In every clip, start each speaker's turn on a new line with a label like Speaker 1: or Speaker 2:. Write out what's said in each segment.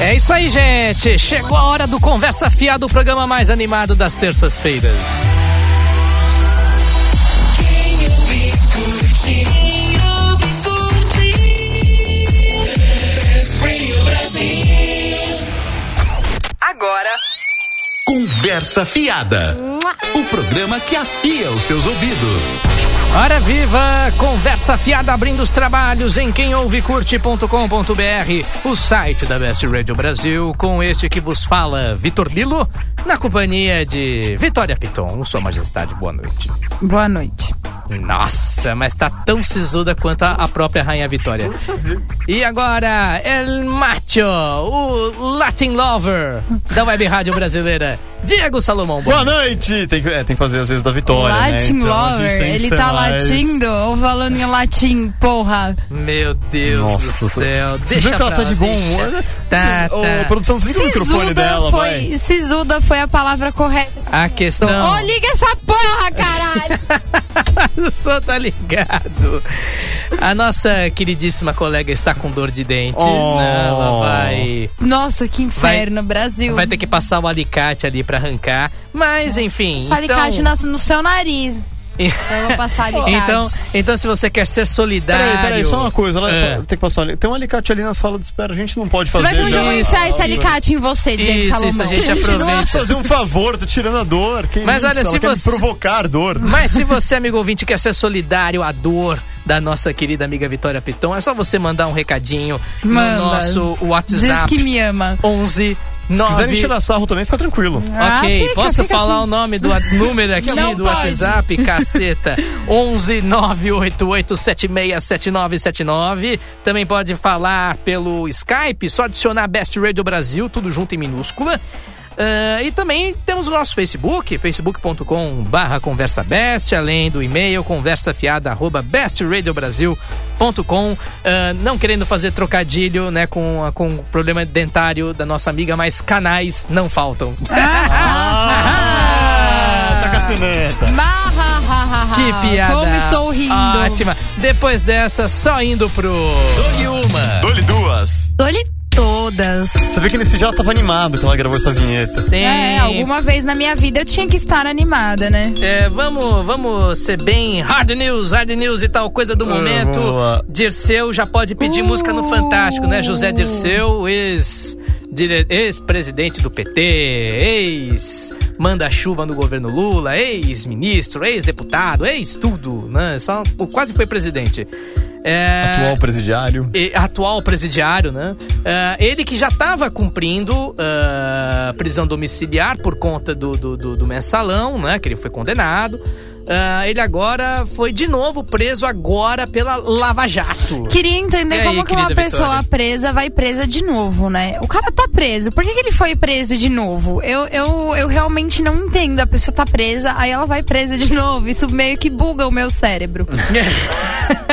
Speaker 1: É isso aí, gente. Chegou a hora do Conversa Fiada, o programa mais animado das terças-feiras.
Speaker 2: Quem ouve, curte. Quem ouve, curte. Rio Brasil.
Speaker 3: Agora,
Speaker 4: Conversa Fiada. O programa que afia os seus ouvidos.
Speaker 1: Hora viva! Conversa Fiada abrindo os trabalhos em quemouvecurte.com.br, o site da Best Radio Brasil, com este que vos fala, Vitor Lilo, na companhia de Vitória Piton. Sua Majestade, boa noite.
Speaker 5: Boa noite.
Speaker 1: Nossa, mas tá tão sisuda quanto a, a própria Rainha Vitória. E agora, El Macho, o Latin Lover da Web Rádio Brasileira, Diego Salomão.
Speaker 6: Boa noite! Tem que, é, tem que fazer às vezes da vitória. né?
Speaker 5: Latin
Speaker 6: Então, a gente
Speaker 5: lover,
Speaker 6: tem que
Speaker 5: ele
Speaker 6: ser
Speaker 5: tá
Speaker 6: mais-
Speaker 5: latindo ou falando em latim, porra.
Speaker 1: Meu Deus
Speaker 6: Nossa,
Speaker 1: do céu.
Speaker 6: Você
Speaker 1: Deixa
Speaker 6: vê que ela
Speaker 1: pra
Speaker 6: tá
Speaker 1: lá,
Speaker 6: de bom
Speaker 1: deixa.
Speaker 6: humor, né?
Speaker 1: Tá,
Speaker 6: Ô,
Speaker 1: tá.
Speaker 6: produção, desliga o microfone dela, vai.
Speaker 5: foi, sisuda foi a palavra correta.
Speaker 1: A
Speaker 5: Ô,
Speaker 1: questão.
Speaker 6: Então,
Speaker 5: liga essa porra, caralho!
Speaker 1: O som tá ligado. A nossa queridíssima colega está com dor de dente.
Speaker 6: Oh.
Speaker 1: Ela vai.
Speaker 5: Nossa, que inferno, Brasil.
Speaker 1: Vai ter que passar o alicate ali pra arrancar. Mas, enfim.
Speaker 5: Esse alicate
Speaker 1: então...
Speaker 5: nasce no seu nariz. Eu vou passar alicate.
Speaker 1: Então, então, se você quer ser solidário.
Speaker 6: Peraí, peraí, só uma coisa. Ela
Speaker 1: É.
Speaker 6: tem que passar ali. Tem um alicate ali na sala de espera, a gente não pode
Speaker 5: Você vai
Speaker 6: fazer.
Speaker 5: ver onde
Speaker 1: um
Speaker 5: eu
Speaker 6: já.
Speaker 5: vou enfiar esse alicate em você, Diego
Speaker 1: Isso,
Speaker 5: Salomão.
Speaker 1: isso, a gente
Speaker 6: Vai
Speaker 5: é-
Speaker 1: aproveita.
Speaker 6: fazer um favor, tá tirando a dor. Que
Speaker 1: Mas
Speaker 6: isso,
Speaker 1: olha,
Speaker 6: ela
Speaker 1: se
Speaker 6: quer me
Speaker 1: você-
Speaker 6: provocar dor.
Speaker 1: Mas se você, amigo ouvinte, quer ser solidário à dor da nossa querida amiga Vitória Piton, é só você mandar um recadinho
Speaker 5: Manda.
Speaker 1: no nosso
Speaker 5: Diz
Speaker 1: WhatsApp
Speaker 5: que me ama.
Speaker 1: 11
Speaker 6: Se quiserem
Speaker 1: 9
Speaker 6: tirar sarro também, fica tranquilo.
Speaker 5: Ah,
Speaker 1: Ok,
Speaker 5: fica,
Speaker 1: posso
Speaker 5: fica
Speaker 1: falar
Speaker 5: assim.
Speaker 1: o nome do a- número aqui
Speaker 5: Não
Speaker 1: do
Speaker 5: pode.
Speaker 1: WhatsApp, caceta? 11 988767979. Também pode falar pelo Skype, só adicionar Best Radio Brasil, tudo junto em minúscula. Ah, e também temos o nosso Facebook, facebook.com barra conversabest, além do e-mail conversafiada arroba bestradiobrasil.com Ah, Não querendo fazer trocadilho né, com, a- com o problema dentário da nossa amiga, mas canais não faltam.
Speaker 6: Ah, tá cacineta.
Speaker 5: Mahahaha.
Speaker 1: Que piada.
Speaker 5: Ah, Como estou rindo.
Speaker 1: Ótima. Depois dessa, só indo pro.
Speaker 4: E uma.
Speaker 6: Dole duas.
Speaker 5: Dou-lhe todas.
Speaker 6: Você vê que nesse dia ela tava animado quando ela gravou essa vinheta.
Speaker 1: Sim.
Speaker 5: É, alguma vez na minha vida eu tinha que estar animada, né?
Speaker 1: É, vamos, vamos ser bem hard news, hard news e tal coisa do momento.
Speaker 6: Ah, vamos lá.
Speaker 1: Dirceu já pode pedir música no Fantástico, né? José Dirceu, ex dire- ex-presidente do PT, ex manda-chuva no governo Lula, ex-ministro, ex-deputado, ex-tudo, né? Só quase foi presidente. É,
Speaker 6: Atual presidiário.
Speaker 1: e- atual presidiário, né? Ah, ele que já estava cumprindo ah, prisão domiciliar por conta do, do, do- do mensalão, né? Que ele foi condenado. Ah, ele agora foi de novo preso agora pela Lava Jato. E
Speaker 5: Queria entender
Speaker 1: aí,
Speaker 5: como que uma
Speaker 1: querida
Speaker 5: pessoa
Speaker 1: Vitória?
Speaker 5: presa vai presa de novo, né? O cara tá preso. Por que, que ele foi preso de novo? Eu, eu, eu realmente não entendo. A pessoa tá presa, aí ela vai presa de novo. Isso meio que buga o meu cérebro.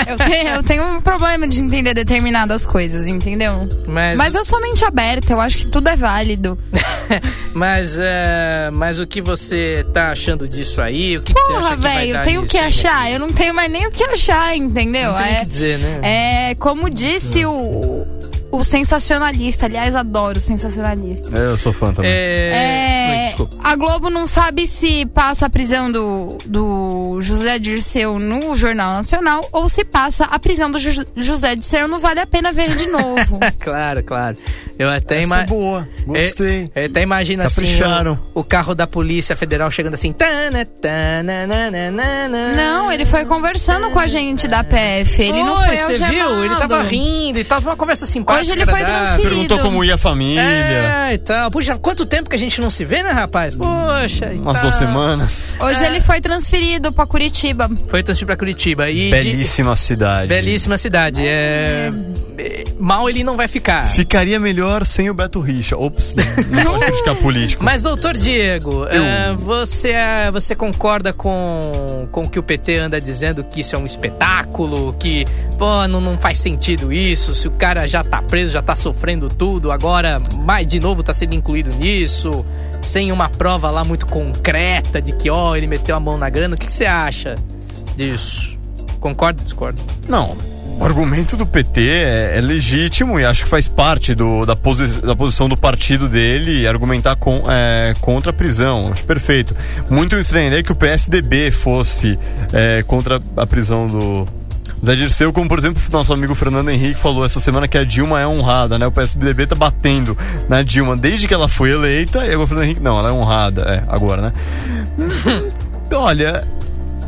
Speaker 5: eu, tenho, eu tenho um problema de entender determinadas coisas, entendeu?
Speaker 1: Mas, mas...
Speaker 5: Mas eu sou mente aberta, eu acho que tudo é válido.
Speaker 1: eh, mas o que você tá achando disso aí? O que, que você acha
Speaker 5: Porra,
Speaker 1: que vai
Speaker 5: velho,
Speaker 1: dar
Speaker 5: eu tenho o
Speaker 1: nisso
Speaker 5: que
Speaker 1: aí, né?
Speaker 5: achar. Eu não tenho mais nem o que achar, entendeu?
Speaker 1: Não tem o
Speaker 5: É-
Speaker 1: que dizer, né?
Speaker 5: É, como disse o, o sensacionalista, aliás, adoro o sensacionalista.
Speaker 6: Eu sou fã também.
Speaker 1: É,
Speaker 5: É,
Speaker 1: Desculpa.
Speaker 5: a Globo não sabe se passa a prisão do, do José Dirceu no Jornal Nacional ou se passa a prisão do Ju- José Dirceu no Vale a Pena Ver de Novo.
Speaker 1: Claro, claro. Eu até
Speaker 6: Essa é
Speaker 1: imagino.
Speaker 6: boa. Gostei.
Speaker 1: É, até imagina assim
Speaker 6: Capricharam.
Speaker 1: o, o carro da polícia federal chegando assim. Tana, tana, nananana.
Speaker 5: não, ele foi conversando com a gente da PF, ele não foi
Speaker 1: Você viu?
Speaker 5: algemado.
Speaker 1: Ele tava rindo e tal, uma conversa simpática.
Speaker 5: Hoje ele foi
Speaker 1: agradável.
Speaker 5: transferido.
Speaker 6: Perguntou como ia a família.
Speaker 1: É, e tal. Puxa, quanto tempo que a gente não se vê, né, rapaz? Poxa. e
Speaker 6: Umas
Speaker 1: tal.
Speaker 6: duas semanas.
Speaker 5: Hoje
Speaker 1: É.
Speaker 5: ele foi transferido pra Curitiba.
Speaker 1: Foi transferido pra Curitiba. E de-
Speaker 6: Belíssima cidade.
Speaker 1: belíssima cidade. É, é, Mal ele não vai ficar.
Speaker 6: Ficaria melhor sem o Beto Richa. Ops, não pode criticar político.
Speaker 1: Mas, doutor Diego, eh, você, eh, você concorda com, com o que o PT anda dizendo que isso é um espetáculo, que pô, não, não faz sentido isso, se o cara já tá preso, já tá sofrendo tudo, agora mais de novo tá sendo incluído nisso, sem uma prova lá muito concreta de que, ó, ele meteu a mão na grana, o que, que você acha disso? Concorda ou discorda?
Speaker 6: Não, o argumento do PT é, é legítimo e acho que faz parte do- da, posi- da posição do partido dele argumentar com- é, contra a prisão. Acho perfeito. Muito estranharia que o PSDB fosse é, contra a prisão do. Zé Dirceu, como por exemplo nosso amigo Fernando Henrique falou essa semana que a Dilma é honrada, né? O PSDB tá batendo na Dilma desde que ela foi eleita e agora o Fernando Henrique, não, ela é honrada, é, agora, né? Olha,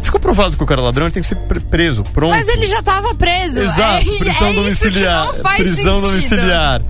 Speaker 6: ficou provado que o cara é ladrão, ele tem que ser pre- preso, pronto.
Speaker 5: Mas ele já tava preso.
Speaker 6: Exato,
Speaker 5: É-
Speaker 6: prisão
Speaker 5: é isso que
Speaker 6: domiciliar.
Speaker 5: não faz
Speaker 6: prisão
Speaker 5: sentido.
Speaker 6: domiciliar.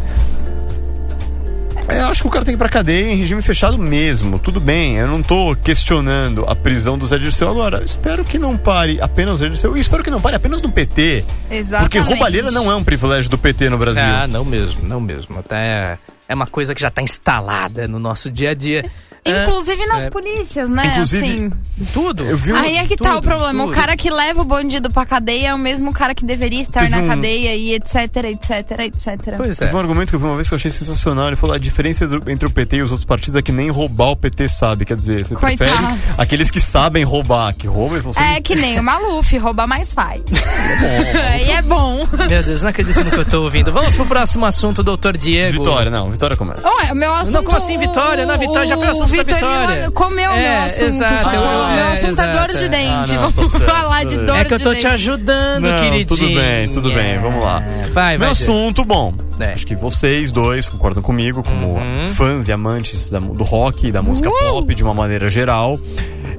Speaker 6: É, Eu acho que o cara tem que ir pra cadeia em regime fechado mesmo. Tudo bem, eu não tô questionando a prisão do Zé Dirceu agora. Espero que não pare apenas o Zé Dirceu. E espero que não pare apenas no PT.
Speaker 5: Exatamente.
Speaker 6: Porque roubalheira não é um privilégio do PT no Brasil.
Speaker 1: Ah, não mesmo, não mesmo. Até é uma coisa que já tá instalada no nosso dia a dia. Ah,
Speaker 5: Inclusive nas
Speaker 1: É.
Speaker 5: polícias, né?
Speaker 6: Inclusive,
Speaker 5: assim.
Speaker 1: tudo.
Speaker 6: Eu vi um-
Speaker 5: Aí é que tá
Speaker 1: tudo,
Speaker 5: o problema. O
Speaker 1: tudo.
Speaker 5: cara que leva o bandido pra cadeia é o mesmo cara que deveria estar
Speaker 6: Teve
Speaker 5: na
Speaker 6: um-
Speaker 5: cadeia e etc, etc, etc.
Speaker 1: Pois é.
Speaker 6: Teve um argumento que eu vi uma vez que eu achei sensacional. Ele falou: a diferença do- entre o PT e os outros partidos é que nem roubar o PT sabe. Quer dizer, você
Speaker 5: Coitado.
Speaker 6: prefere aqueles que sabem roubar, que roubam e você
Speaker 5: É que nem o Maluf, rouba mais faz. e é bom.
Speaker 1: Meu Deus, não acredito no que eu tô ouvindo. Vamos pro próximo assunto, doutor Diego.
Speaker 6: Vitória, não, Vitória é? começa.
Speaker 5: Ué, o meu assunto.
Speaker 1: como assim, Vitória? Não, Vitória, já foi o
Speaker 5: o
Speaker 1: assunto da
Speaker 5: Vitorino
Speaker 1: Vitória.
Speaker 5: comeu o meu
Speaker 1: É,
Speaker 5: assunto.
Speaker 1: exato,
Speaker 5: sacou?
Speaker 1: eu-
Speaker 5: meu
Speaker 1: é,
Speaker 5: assunto
Speaker 1: exato,
Speaker 5: é dor
Speaker 1: é.
Speaker 5: de dente.
Speaker 6: Ah, não,
Speaker 5: Vamos
Speaker 6: tá certo,
Speaker 5: falar de
Speaker 6: tudo bem.
Speaker 5: dor
Speaker 1: É que eu tô
Speaker 5: de
Speaker 1: te
Speaker 5: dente.
Speaker 1: ajudando,
Speaker 6: Não,
Speaker 1: queridinho.
Speaker 6: tudo bem, tudo bem, vamos lá.
Speaker 1: Vai,
Speaker 6: Meu
Speaker 1: vai. Diego.
Speaker 6: assunto, bom,
Speaker 1: É.
Speaker 6: acho que vocês dois concordam comigo, como
Speaker 1: Uhum.
Speaker 6: fãs e amantes da mu- do rock, da música pop de uma maneira geral,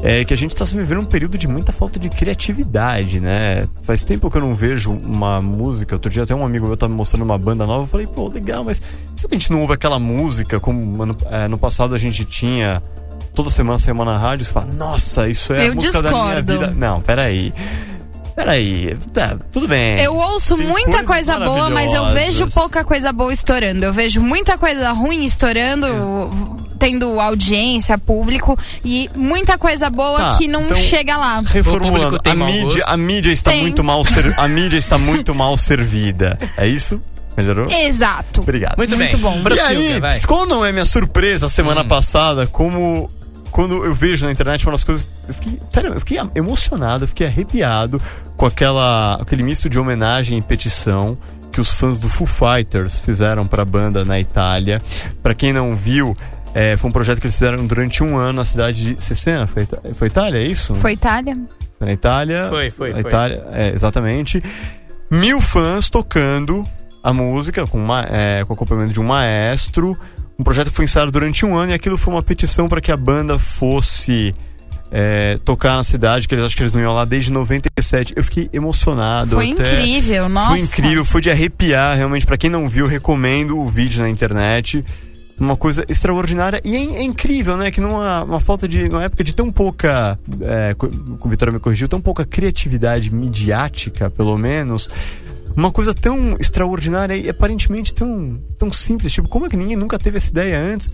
Speaker 6: é que a gente está vivendo um período de muita falta de criatividade, né? Faz tempo que eu não vejo uma música. Outro dia até um amigo meu tava me mostrando uma banda nova, eu falei, pô, legal, mas será que a gente não ouve aquela música como ano, é, no passado a gente tinha toda semana semana na rádio? Você fala, nossa, isso é a
Speaker 5: Eu
Speaker 6: música da
Speaker 5: discordo.
Speaker 6: minha vida. Não, peraí. Peraí, tá, tudo bem.
Speaker 5: Eu ouço
Speaker 6: Tem
Speaker 5: muita
Speaker 6: coisas
Speaker 5: coisa boa, mas eu
Speaker 6: maravilhosas.
Speaker 5: vejo pouca coisa boa estourando. Eu vejo muita coisa ruim estourando,
Speaker 6: É.
Speaker 5: tendo audiência, público, e muita coisa boa
Speaker 6: Tá,
Speaker 5: que não
Speaker 6: então-
Speaker 5: chega lá.
Speaker 1: O
Speaker 6: Reformulando,
Speaker 1: público tem
Speaker 6: a
Speaker 1: mau
Speaker 6: mídia,
Speaker 1: gosto?
Speaker 6: a mídia está
Speaker 5: Tem.
Speaker 6: muito mal ser- a mídia está muito mal servida. É isso? Melhorou?
Speaker 5: É. Exato.
Speaker 6: Obrigado.
Speaker 1: Muito, bem.
Speaker 5: Muito bom.
Speaker 6: E
Speaker 1: Prossiga,
Speaker 6: aí,
Speaker 1: vai. Hum.
Speaker 6: qual não é minha surpresa semana passada, como quando eu vejo na internet uma das coisas. Eu fiquei, sério, eu fiquei emocionado, eu fiquei arrepiado com aquela, aquele misto de homenagem e petição que os fãs do Foo Fighters fizeram pra banda na Itália. Pra quem não viu, é, foi um projeto que eles fizeram durante um ano na cidade de Cesena. Foi, Ita- foi Itália, é isso?
Speaker 5: Foi Itália?
Speaker 6: Foi na Itália.
Speaker 1: Foi, foi,
Speaker 6: na
Speaker 1: foi.
Speaker 6: Itália, é, exatamente. Mil fãs tocando a música com, uma, é, com acompanhamento de um maestro. Um projeto que foi ensaiado durante um ano e aquilo foi uma petição para que a banda fosse é, tocar na cidade, que eles acham que eles não iam lá desde 97. Eu fiquei emocionado.
Speaker 5: Foi
Speaker 6: até...
Speaker 5: incrível, nossa.
Speaker 6: Foi incrível, foi de arrepiar, realmente. Pra quem não viu, recomendo o vídeo na internet. Uma coisa extraordinária e é, in- é incrível, né? Que numa uma falta de. numa época de tão pouca. É, co- o Vitória me corrigiu, tão pouca criatividade midiática, pelo menos. Uma coisa tão extraordinária e aparentemente tão, tão simples. Tipo, como é que ninguém nunca teve essa ideia antes?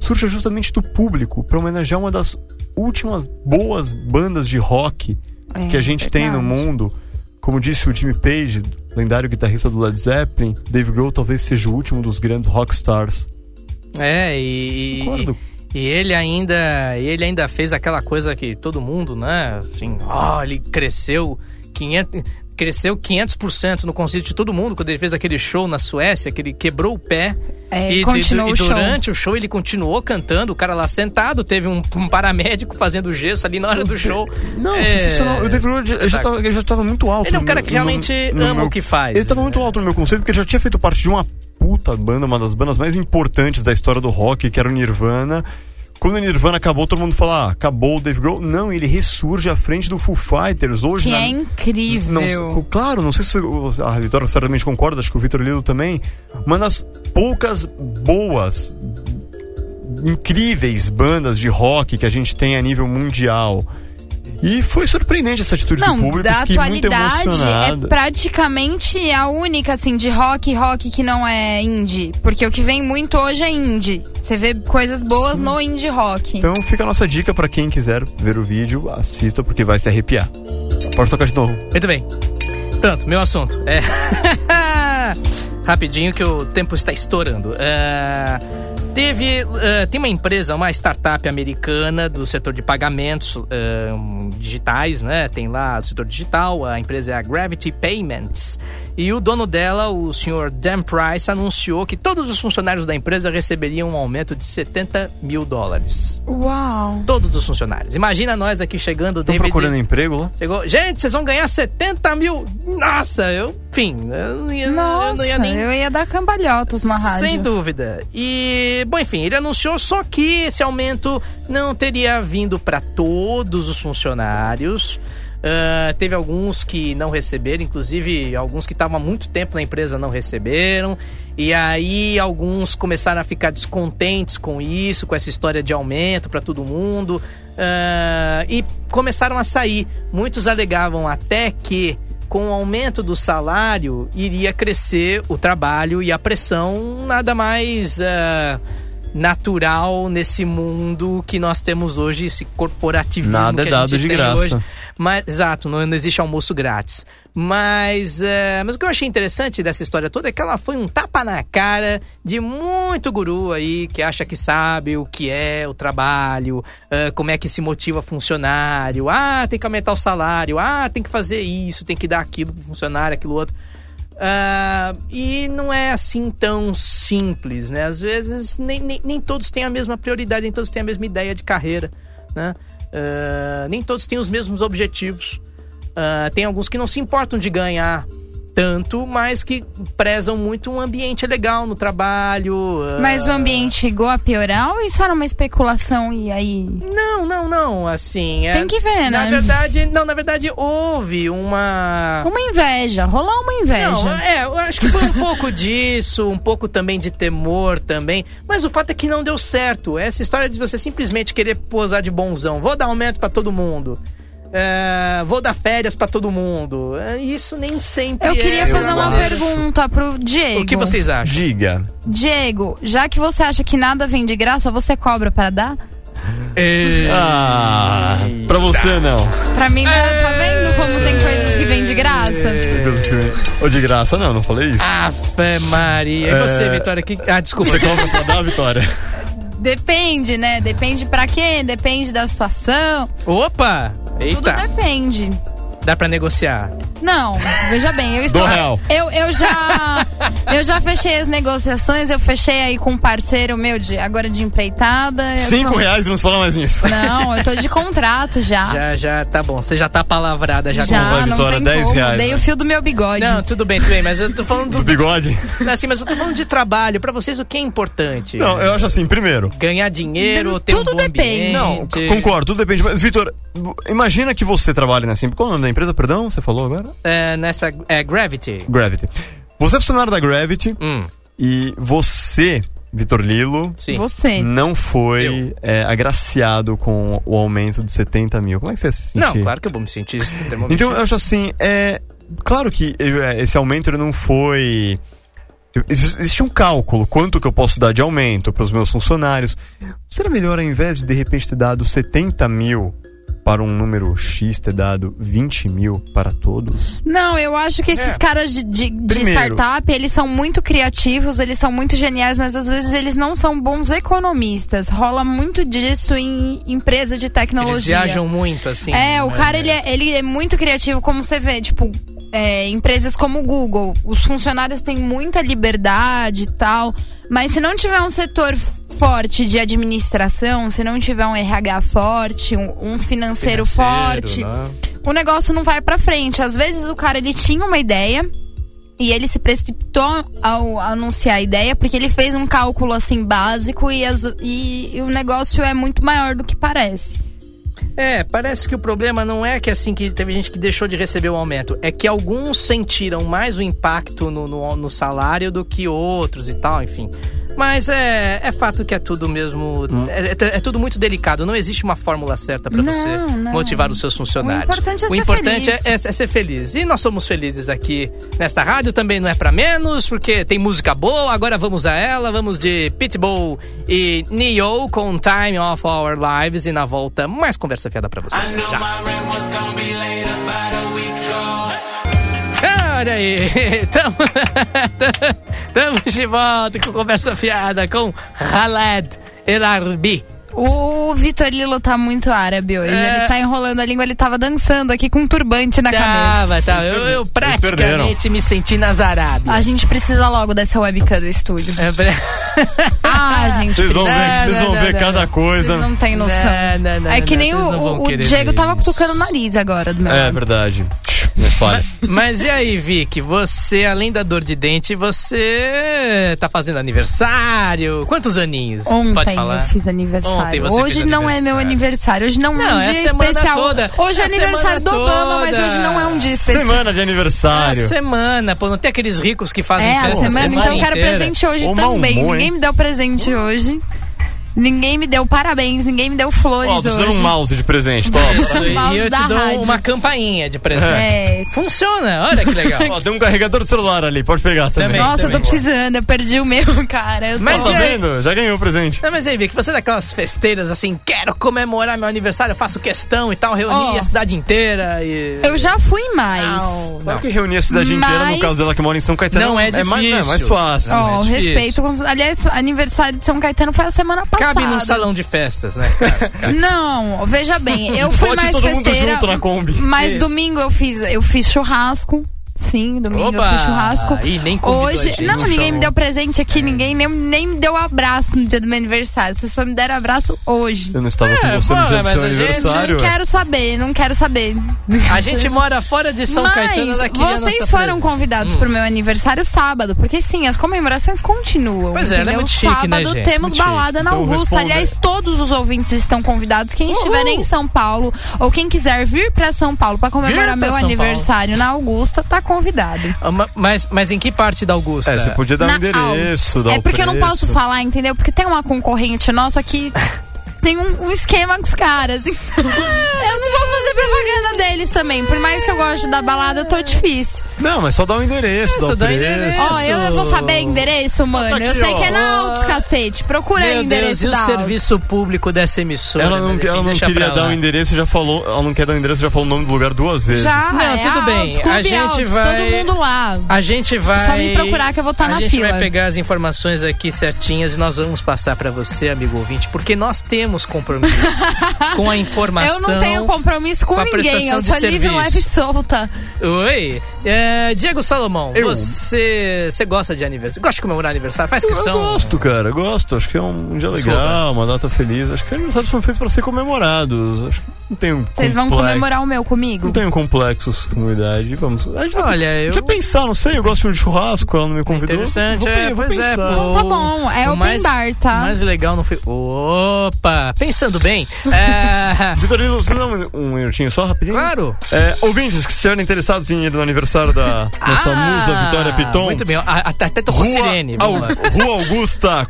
Speaker 6: Surge justamente do público pra homenagear uma das últimas boas bandas de rock
Speaker 5: É,
Speaker 6: que a gente tem no
Speaker 5: verdade.
Speaker 6: mundo. Como disse o Jimmy Page, lendário guitarrista do Led Zeppelin, Dave Grohl talvez seja o último dos grandes rockstars.
Speaker 1: É, e, e,
Speaker 6: Concordo.
Speaker 1: e ele ainda ele ainda fez aquela coisa que todo mundo, né? Assim, ó, ele cresceu 500, cresceu 500% no conceito de todo mundo quando ele fez aquele show na Suécia, que ele quebrou o pé.
Speaker 5: É,
Speaker 1: e,
Speaker 5: continuou
Speaker 1: e- e
Speaker 5: o show.
Speaker 1: durante o show ele continuou cantando, o cara lá sentado, teve um, um paramédico fazendo gesso ali na hora do show.
Speaker 6: Não,
Speaker 1: É,
Speaker 6: sensacional. O Dave Grohl já, já, tava, ele já tava muito alto.
Speaker 1: Ele é um
Speaker 6: no
Speaker 1: cara
Speaker 6: meu-
Speaker 1: que
Speaker 6: no-
Speaker 1: realmente
Speaker 6: no
Speaker 1: ama
Speaker 6: meu-
Speaker 1: o que faz.
Speaker 6: Ele tava muito alto no meu conceito, porque ele já tinha feito parte de uma puta banda, uma das bandas mais importantes da história do rock, que era o Nirvana. Quando o Nirvana acabou, todo mundo fala, ah, acabou o Dave Grohl. Não, ele ressurge à frente do Foo Fighters. Hoje,
Speaker 5: Que
Speaker 6: na,
Speaker 5: é incrível.
Speaker 6: Não, co- claro, não sei se o- a Vitória certamente concorda, acho que o Vitor Lilo também. Uma das poucas boas, incríveis bandas de rock que a gente tem a nível mundial. E foi surpreendente essa atitude do
Speaker 5: Não,
Speaker 6: público.
Speaker 5: da
Speaker 6: fiquei muito
Speaker 5: atualidade é
Speaker 6: emocionado.
Speaker 5: praticamente a única, assim, de rock, rock que não é indie. Porque o que vem muito hoje é indie. Você vê coisas boas no indie rock.
Speaker 6: Então fica a nossa dica pra quem quiser ver o vídeo, assista porque vai se arrepiar. Pode tocar de novo.
Speaker 1: Muito bem. Pronto, meu assunto. É. Rapidinho que o tempo está estourando. É, Teve, é, tem uma empresa, uma startup americana do setor de pagamentos, é, um- são digitais, né? Tem lá o setor digital, a empresa é a Gravity Payments. E o dono dela, o senhor Dan Price, anunciou que todos os funcionários da empresa receberiam um aumento de 70 mil dólares.
Speaker 5: Uau.
Speaker 1: Todos os funcionários. Imagina nós aqui chegando,
Speaker 6: Estão
Speaker 1: David,
Speaker 6: procurando emprego lá?
Speaker 1: Chegou. Gente, vocês vão ganhar 70 mil. Nossa, eu. Enfim, eu não ia, eu não
Speaker 5: Nossa,
Speaker 1: ia nem.
Speaker 5: eu ia dar cambalhotas na rádio.
Speaker 1: Sem dúvida. E, bom, enfim, ele anunciou só que esse aumento não teria vindo para todos os funcionários. Ah, teve alguns que não receberam, inclusive alguns que estavam há muito tempo na empresa não receberam. E aí alguns começaram a ficar descontentes com isso, com essa história de aumento para todo mundo. Ah, e começaram a sair. Muitos alegavam até que com o aumento do salário iria crescer o trabalho e a pressão, nada mais ah, natural nesse mundo que nós temos hoje, esse corporativismo que
Speaker 6: Nada é
Speaker 1: a gente
Speaker 6: dado de
Speaker 1: tem
Speaker 6: graça.
Speaker 1: hoje. Mas, exato, não, não existe almoço grátis. Mas, é, mas o que eu achei interessante dessa história toda é que ela foi um tapa na cara de muito guru aí que acha que sabe o que é o trabalho, é, como é que se motiva funcionário. Ah, tem que aumentar o salário. Ah, tem que fazer isso, tem que dar aquilo pro funcionário, aquilo outro. Ah, e não é assim tão simples, né? Às vezes nem, nem, nem todos têm a mesma prioridade, nem todos têm a mesma ideia de carreira, né? Ah, nem todos têm os mesmos objetivos. Ah, tem alguns que não se importam de ganhar tanto, mas que prezam muito um ambiente legal no trabalho. ah,
Speaker 5: Mas o ambiente chegou a piorar ou isso era uma especulação e aí?
Speaker 1: Não, não, não. Assim, é-
Speaker 5: Tem que ver,
Speaker 1: na
Speaker 5: né?
Speaker 1: verdade, não, na verdade houve uma
Speaker 5: Uma inveja, rolou uma
Speaker 1: Não,
Speaker 5: inveja.
Speaker 1: é, eu acho que foi um pouco disso, um pouco também de temor também. Mas o fato é que não deu certo. Essa história de você simplesmente querer posar de bonzão. Vou dar aumento pra todo mundo. é, vou dar férias pra todo mundo. é, Isso nem sempre.
Speaker 5: Eu queria
Speaker 1: é
Speaker 5: fazer uma
Speaker 1: acho.
Speaker 5: pergunta pro Diego.
Speaker 1: O que vocês acham?
Speaker 6: Diga.
Speaker 5: Diego, já que você acha que nada vem de graça, você cobra pra dar?
Speaker 6: Ah, pra você não.
Speaker 5: Pra mim, né?
Speaker 1: É.
Speaker 5: tá vendo como tem coisas que vêm de graça?
Speaker 6: Ou de graça, não, não falei isso.
Speaker 1: Afe Maria. E você, Vitória? Que... Ah, desculpa.
Speaker 6: Você cobra pra dar, Vitória?
Speaker 5: Depende, né? Depende pra quê? Depende da situação.
Speaker 1: Opa!
Speaker 5: Tudo
Speaker 1: Eita,
Speaker 5: depende.
Speaker 1: dá pra negociar.
Speaker 5: Não, veja bem, eu estou.
Speaker 6: Do real.
Speaker 5: Eu, eu já. Eu já fechei as negociações, eu fechei aí com um parceiro meu de agora de empreitada. eu
Speaker 6: Cinco
Speaker 5: tô-
Speaker 6: reais, vamos falar mais nisso.
Speaker 5: Não, eu tô de contrato já.
Speaker 1: Já, já, tá bom. Você já tá palavrada já.
Speaker 5: Ah. Já,
Speaker 1: com-
Speaker 6: vai,
Speaker 5: não
Speaker 6: Vitória,
Speaker 5: tem
Speaker 6: 10
Speaker 5: como.
Speaker 6: reais,
Speaker 5: Dei
Speaker 6: né?
Speaker 5: o fio do meu bigode.
Speaker 1: Não, tudo bem, tudo bem, mas eu tô falando
Speaker 6: Do bigode?
Speaker 1: do... assim, mas eu tô falando de trabalho. Pra vocês o que é importante?
Speaker 6: Não, eu acho assim, primeiro.
Speaker 1: ganhar dinheiro,
Speaker 5: Tudo
Speaker 1: ter um bom
Speaker 5: depende.
Speaker 1: ambiente.
Speaker 6: Não, c- concordo, tudo depende. Mas, Vitor, imagina que você trabalha nessa. Qual é o nome da empresa, perdão? Você falou agora?
Speaker 1: É, nessa é, Gravity.
Speaker 6: Gravity. Você é funcionário da Gravity
Speaker 1: Hum,
Speaker 6: e você, Vitor Lilo,
Speaker 1: sim. Hum.
Speaker 5: Você.
Speaker 6: não foi é, agraciado com o aumento de 70 mil. Como é que você se sentiu?
Speaker 1: Não, claro que tipo? eu vou me sentir extremamente.
Speaker 6: Então, eu acho assim, é. Claro que é, esse aumento ele não foi. Ex- Existe um cálculo, quanto que eu posso dar de aumento para os meus funcionários. Será melhor, ao invés de de repente ter dado 70 mil para um número X, ter dado 20 mil para todos?
Speaker 5: Não, eu acho que esses caras de, de- de
Speaker 6: É. Primeiro.
Speaker 5: startup, eles são muito criativos, eles são muito geniais, mas às vezes eles não são bons economistas. Rola muito disso em empresa de tecnologia.
Speaker 1: Eles viajam muito, assim.
Speaker 5: É, o
Speaker 1: mas-
Speaker 5: cara, ele é, ele é muito criativo, como você vê, tipo, é, empresas como o Google. Os funcionários têm muita liberdade e tal, mas se não tiver um setor forte de administração, se não tiver um RH forte, um, um financeiro, forte,
Speaker 1: Ah.
Speaker 6: né?
Speaker 5: o negócio não vai pra frente. Às vezes o cara, ele tinha uma ideia... E ele se precipitou ao anunciar a ideia, porque ele fez um cálculo assim básico e, as- e- e o negócio é muito maior do que parece.
Speaker 1: É, parece que o problema não é que assim que teve gente que deixou de receber o aumento, é que alguns sentiram mais o impacto no, no, no salário do que outros e tal, enfim. Mas é, é fato que é tudo mesmo.
Speaker 6: Hum.
Speaker 1: É, é- é tudo muito delicado. Não existe uma fórmula certa pra
Speaker 5: Não,
Speaker 1: você
Speaker 5: não.
Speaker 1: motivar os seus funcionários.
Speaker 5: O importante é
Speaker 1: o
Speaker 5: ser
Speaker 1: importante
Speaker 5: feliz.
Speaker 1: é, é ser feliz. E nós somos felizes aqui nesta rádio, também não é pra menos, porque tem música boa. Agora vamos a ela, vamos de Pitbull e Neo com Time of Our Lives. E na volta, mais conversa fiada pra você. Já. Olha aí, tamo, tamo de volta com conversa fiada com Khaled El Arbi.
Speaker 5: O Vitor Lilo tá muito árabe hoje.
Speaker 1: É. Tá.
Speaker 5: Ele tá enrolando a língua, ele tava dançando aqui com um turbante na cabeça.
Speaker 1: Tava, tava. Eu, eu praticamente
Speaker 6: perderam.
Speaker 1: me senti nas Arábias.
Speaker 5: A gente precisa logo dessa webcam do estúdio.
Speaker 1: É, pra-
Speaker 5: Ah, gente,
Speaker 6: Vocês vão
Speaker 5: precisa-
Speaker 6: ver,
Speaker 1: Não,
Speaker 6: vocês
Speaker 1: não,
Speaker 6: vão
Speaker 1: não,
Speaker 6: ver
Speaker 1: não,
Speaker 6: cada coisa.
Speaker 5: vocês não têm noção.
Speaker 1: Não, não, não,
Speaker 5: é que
Speaker 1: não,
Speaker 5: nem
Speaker 1: vocês não
Speaker 5: o,
Speaker 1: vão
Speaker 5: o
Speaker 1: querer
Speaker 5: Diego
Speaker 1: ver
Speaker 5: tava
Speaker 1: isso.
Speaker 5: tocando o nariz agora do meu
Speaker 6: É
Speaker 5: lado.
Speaker 6: verdade. Não espalha.
Speaker 1: Mas e aí, Vic? Você, além da dor de dente, você tá fazendo aniversário? Quantos aninhos? Pode
Speaker 5: Ontem eu
Speaker 1: falar.
Speaker 5: fiz aniversário.
Speaker 1: Ontem você
Speaker 5: hoje
Speaker 1: fez
Speaker 5: não é meu aniversário. Hoje não, é um
Speaker 1: Não, é a
Speaker 5: dia
Speaker 1: semana
Speaker 5: especial.
Speaker 1: toda.
Speaker 5: Hoje
Speaker 1: É
Speaker 5: é,
Speaker 1: a
Speaker 5: aniversário do
Speaker 1: semana
Speaker 5: Obama, mas
Speaker 1: toda.
Speaker 5: hoje não é um dia especial.
Speaker 6: Semana de
Speaker 1: É a
Speaker 6: aniversário.
Speaker 1: semana, pô, não tem aqueles ricos que fazem
Speaker 5: É, a
Speaker 1: festa
Speaker 5: semana, então eu quero
Speaker 1: inteira?
Speaker 5: presente hoje
Speaker 6: Ô,
Speaker 5: também.
Speaker 6: Malmô,
Speaker 5: ninguém
Speaker 6: hein?
Speaker 5: me deu presente hoje. Ninguém me deu parabéns, ninguém me deu flores
Speaker 6: Ó, tô te
Speaker 5: hoje.
Speaker 6: dando um mouse de presente,
Speaker 1: Isso
Speaker 6: top.
Speaker 1: aí,
Speaker 5: Mouse
Speaker 1: E eu
Speaker 5: da
Speaker 1: te dou
Speaker 5: rádio.
Speaker 1: uma campainha de presente.
Speaker 5: É.
Speaker 1: Funciona, olha que legal.
Speaker 6: Ó, tem um carregador de celular ali, pode pegar também.
Speaker 1: Também.
Speaker 5: Nossa, eu tô precisando, eu perdi o meu, cara. Eu tô-
Speaker 1: Mas
Speaker 6: Ó, tá
Speaker 1: e aí?
Speaker 6: vendo? Já ganhou o presente.
Speaker 1: Não, mas aí, Vic, você é daquelas festeiras assim, quero comemorar meu aniversário, eu faço questão e tal, reunir
Speaker 5: Ó.
Speaker 1: a cidade inteira e. é
Speaker 5: eu já fui mais.
Speaker 1: Não, não.
Speaker 6: Claro que reunir a cidade inteira,
Speaker 5: Mas-
Speaker 6: no caso dela que mora em São Caetano,
Speaker 1: Não é
Speaker 6: mais, não, é
Speaker 1: difícil.
Speaker 6: mais fácil.
Speaker 5: Ó,
Speaker 1: é Difícil.
Speaker 5: respeito. com- Aliás, aniversário de São Caetano foi a semana passada.
Speaker 1: Cabe num salão de festas, né?
Speaker 5: Não, veja bem, eu fui
Speaker 6: Bote
Speaker 5: mais
Speaker 6: todo mundo
Speaker 5: festeira.
Speaker 6: junto na Kombi.
Speaker 5: Mas
Speaker 1: Isso.
Speaker 5: domingo eu fiz, eu fiz churrasco. Sim, domingo eu
Speaker 1: Opa!
Speaker 5: fiz churrasco.
Speaker 1: Ih, nem convidou
Speaker 5: Hoje.
Speaker 1: a gente, É.
Speaker 5: não,
Speaker 1: não
Speaker 5: ninguém
Speaker 1: chamou.
Speaker 5: me deu presente aqui, ninguém nem, nem me deu abraço no dia do meu aniversário. Vocês só me deram abraço hoje.
Speaker 6: Eu não estava com você no
Speaker 1: pô,
Speaker 6: dia do
Speaker 1: mas
Speaker 6: seu
Speaker 1: a gente-
Speaker 6: aniversário. É,
Speaker 5: Não quero saber, não quero saber.
Speaker 1: A gente mora fora de São
Speaker 5: Mas
Speaker 1: Caetano ela queria a
Speaker 5: vocês
Speaker 1: nossa
Speaker 5: foram
Speaker 1: presença. Hum.
Speaker 5: convidados pro meu aniversário sábado, porque sim, as comemorações continuam.
Speaker 1: Pois é, ela é
Speaker 5: entendeu?
Speaker 1: muito chique, né,
Speaker 5: Sábado
Speaker 1: gente?
Speaker 5: temos
Speaker 1: Muito
Speaker 5: balada na
Speaker 6: Então
Speaker 5: Augusta.
Speaker 6: responda-
Speaker 5: Aliás, todos os ouvintes estão convidados. Quem estiver em São Paulo ou quem quiser vir pra São Paulo pra comemorar
Speaker 1: Vir pra
Speaker 5: meu
Speaker 1: São
Speaker 5: aniversário na Augusta, tá convidado.
Speaker 1: Ah, ma- Mas, mas em que parte da Augusta?
Speaker 6: É, você podia dar o
Speaker 5: na
Speaker 6: endereço,
Speaker 5: Alt.
Speaker 6: dar
Speaker 5: É
Speaker 6: o
Speaker 5: porque eu não
Speaker 6: preço.
Speaker 5: posso falar, entendeu? Porque tem uma concorrente nossa que tem um, um esquema com os caras. Então, eu não vou fazer propaganda deles também. Por mais que eu goste da balada, eu tô difícil.
Speaker 6: Não, mas só dá o endereço,
Speaker 1: É,
Speaker 6: dá
Speaker 1: só
Speaker 6: o
Speaker 1: dá o
Speaker 6: preço.
Speaker 1: endereço.
Speaker 5: Ó, eu vou saber endereço, mano. eu
Speaker 6: aqui,
Speaker 5: sei
Speaker 6: ó.
Speaker 5: que é na Altos, cacete. Procura aí o
Speaker 1: Tá Meu Deus,
Speaker 5: endereço
Speaker 1: e o
Speaker 5: da Altos.
Speaker 1: serviço público dessa emissora?
Speaker 6: Ela não,
Speaker 1: né,
Speaker 6: ela não
Speaker 1: deixa
Speaker 6: queria
Speaker 1: pra
Speaker 6: dar um
Speaker 1: lá.
Speaker 6: o endereço, já falou. Ela não quer dar o endereço, já falou o nome do lugar duas vezes.
Speaker 5: Já,
Speaker 1: Não,
Speaker 5: é
Speaker 1: tudo bem.
Speaker 5: Altos,
Speaker 1: A
Speaker 5: Clube
Speaker 1: gente
Speaker 5: Altos,
Speaker 1: vai-
Speaker 5: todo mundo lá.
Speaker 1: A gente vai.
Speaker 5: Só me procurar que eu vou tá na
Speaker 1: A gente
Speaker 5: fila.
Speaker 1: vai pegar as informações aqui certinhas e nós vamos passar pra você, amigo ouvinte, porque nós temos compromisso com a informação.
Speaker 5: Eu não tenho compromisso com,
Speaker 1: com a
Speaker 5: ninguém.
Speaker 1: prestação
Speaker 5: Eu
Speaker 1: de
Speaker 5: sou livre,
Speaker 1: serviço.
Speaker 5: leve e solta.
Speaker 1: Oi, é, Diego Salomão,
Speaker 6: Eu.
Speaker 1: você, você gosta de aniversário? Gosta de comemorar aniversário? Faz
Speaker 6: Eu
Speaker 1: questão?
Speaker 6: gosto, cara, eu gosto. Acho que é um dia legal, uma data feliz. Acho que os aniversários são feitos pra ser comemorados. Acho que não tem um
Speaker 5: Vocês vão
Speaker 6: complexo-
Speaker 5: comemorar o meu comigo?
Speaker 6: Não tenho complexos com idade. Vamos. A gente vai-
Speaker 1: Olha, eu.
Speaker 6: Deixa eu pensar, não sei. Eu gosto de um churrasco, ela não me convidou.
Speaker 1: Interessante,
Speaker 6: Vou-
Speaker 1: é,
Speaker 6: vou
Speaker 1: pois é,
Speaker 6: pensar.
Speaker 1: pô.
Speaker 5: Tá bom, é
Speaker 1: O
Speaker 5: open
Speaker 1: mais-
Speaker 5: bar, tá?
Speaker 1: O mais legal não foi. Opa! Pensando bem. é,
Speaker 6: Vitorino, você dá um, um minutinho só rapidinho?
Speaker 1: Claro!
Speaker 6: É, ouvintes que estiverem interessados em ir no aniversário da nossa musa Vitória Piton.
Speaker 1: Ah, Muito bem, ó, a- a- até tocou
Speaker 6: Rua,
Speaker 1: sirene.
Speaker 6: Au-
Speaker 1: vamos lá.
Speaker 6: Rua Augusta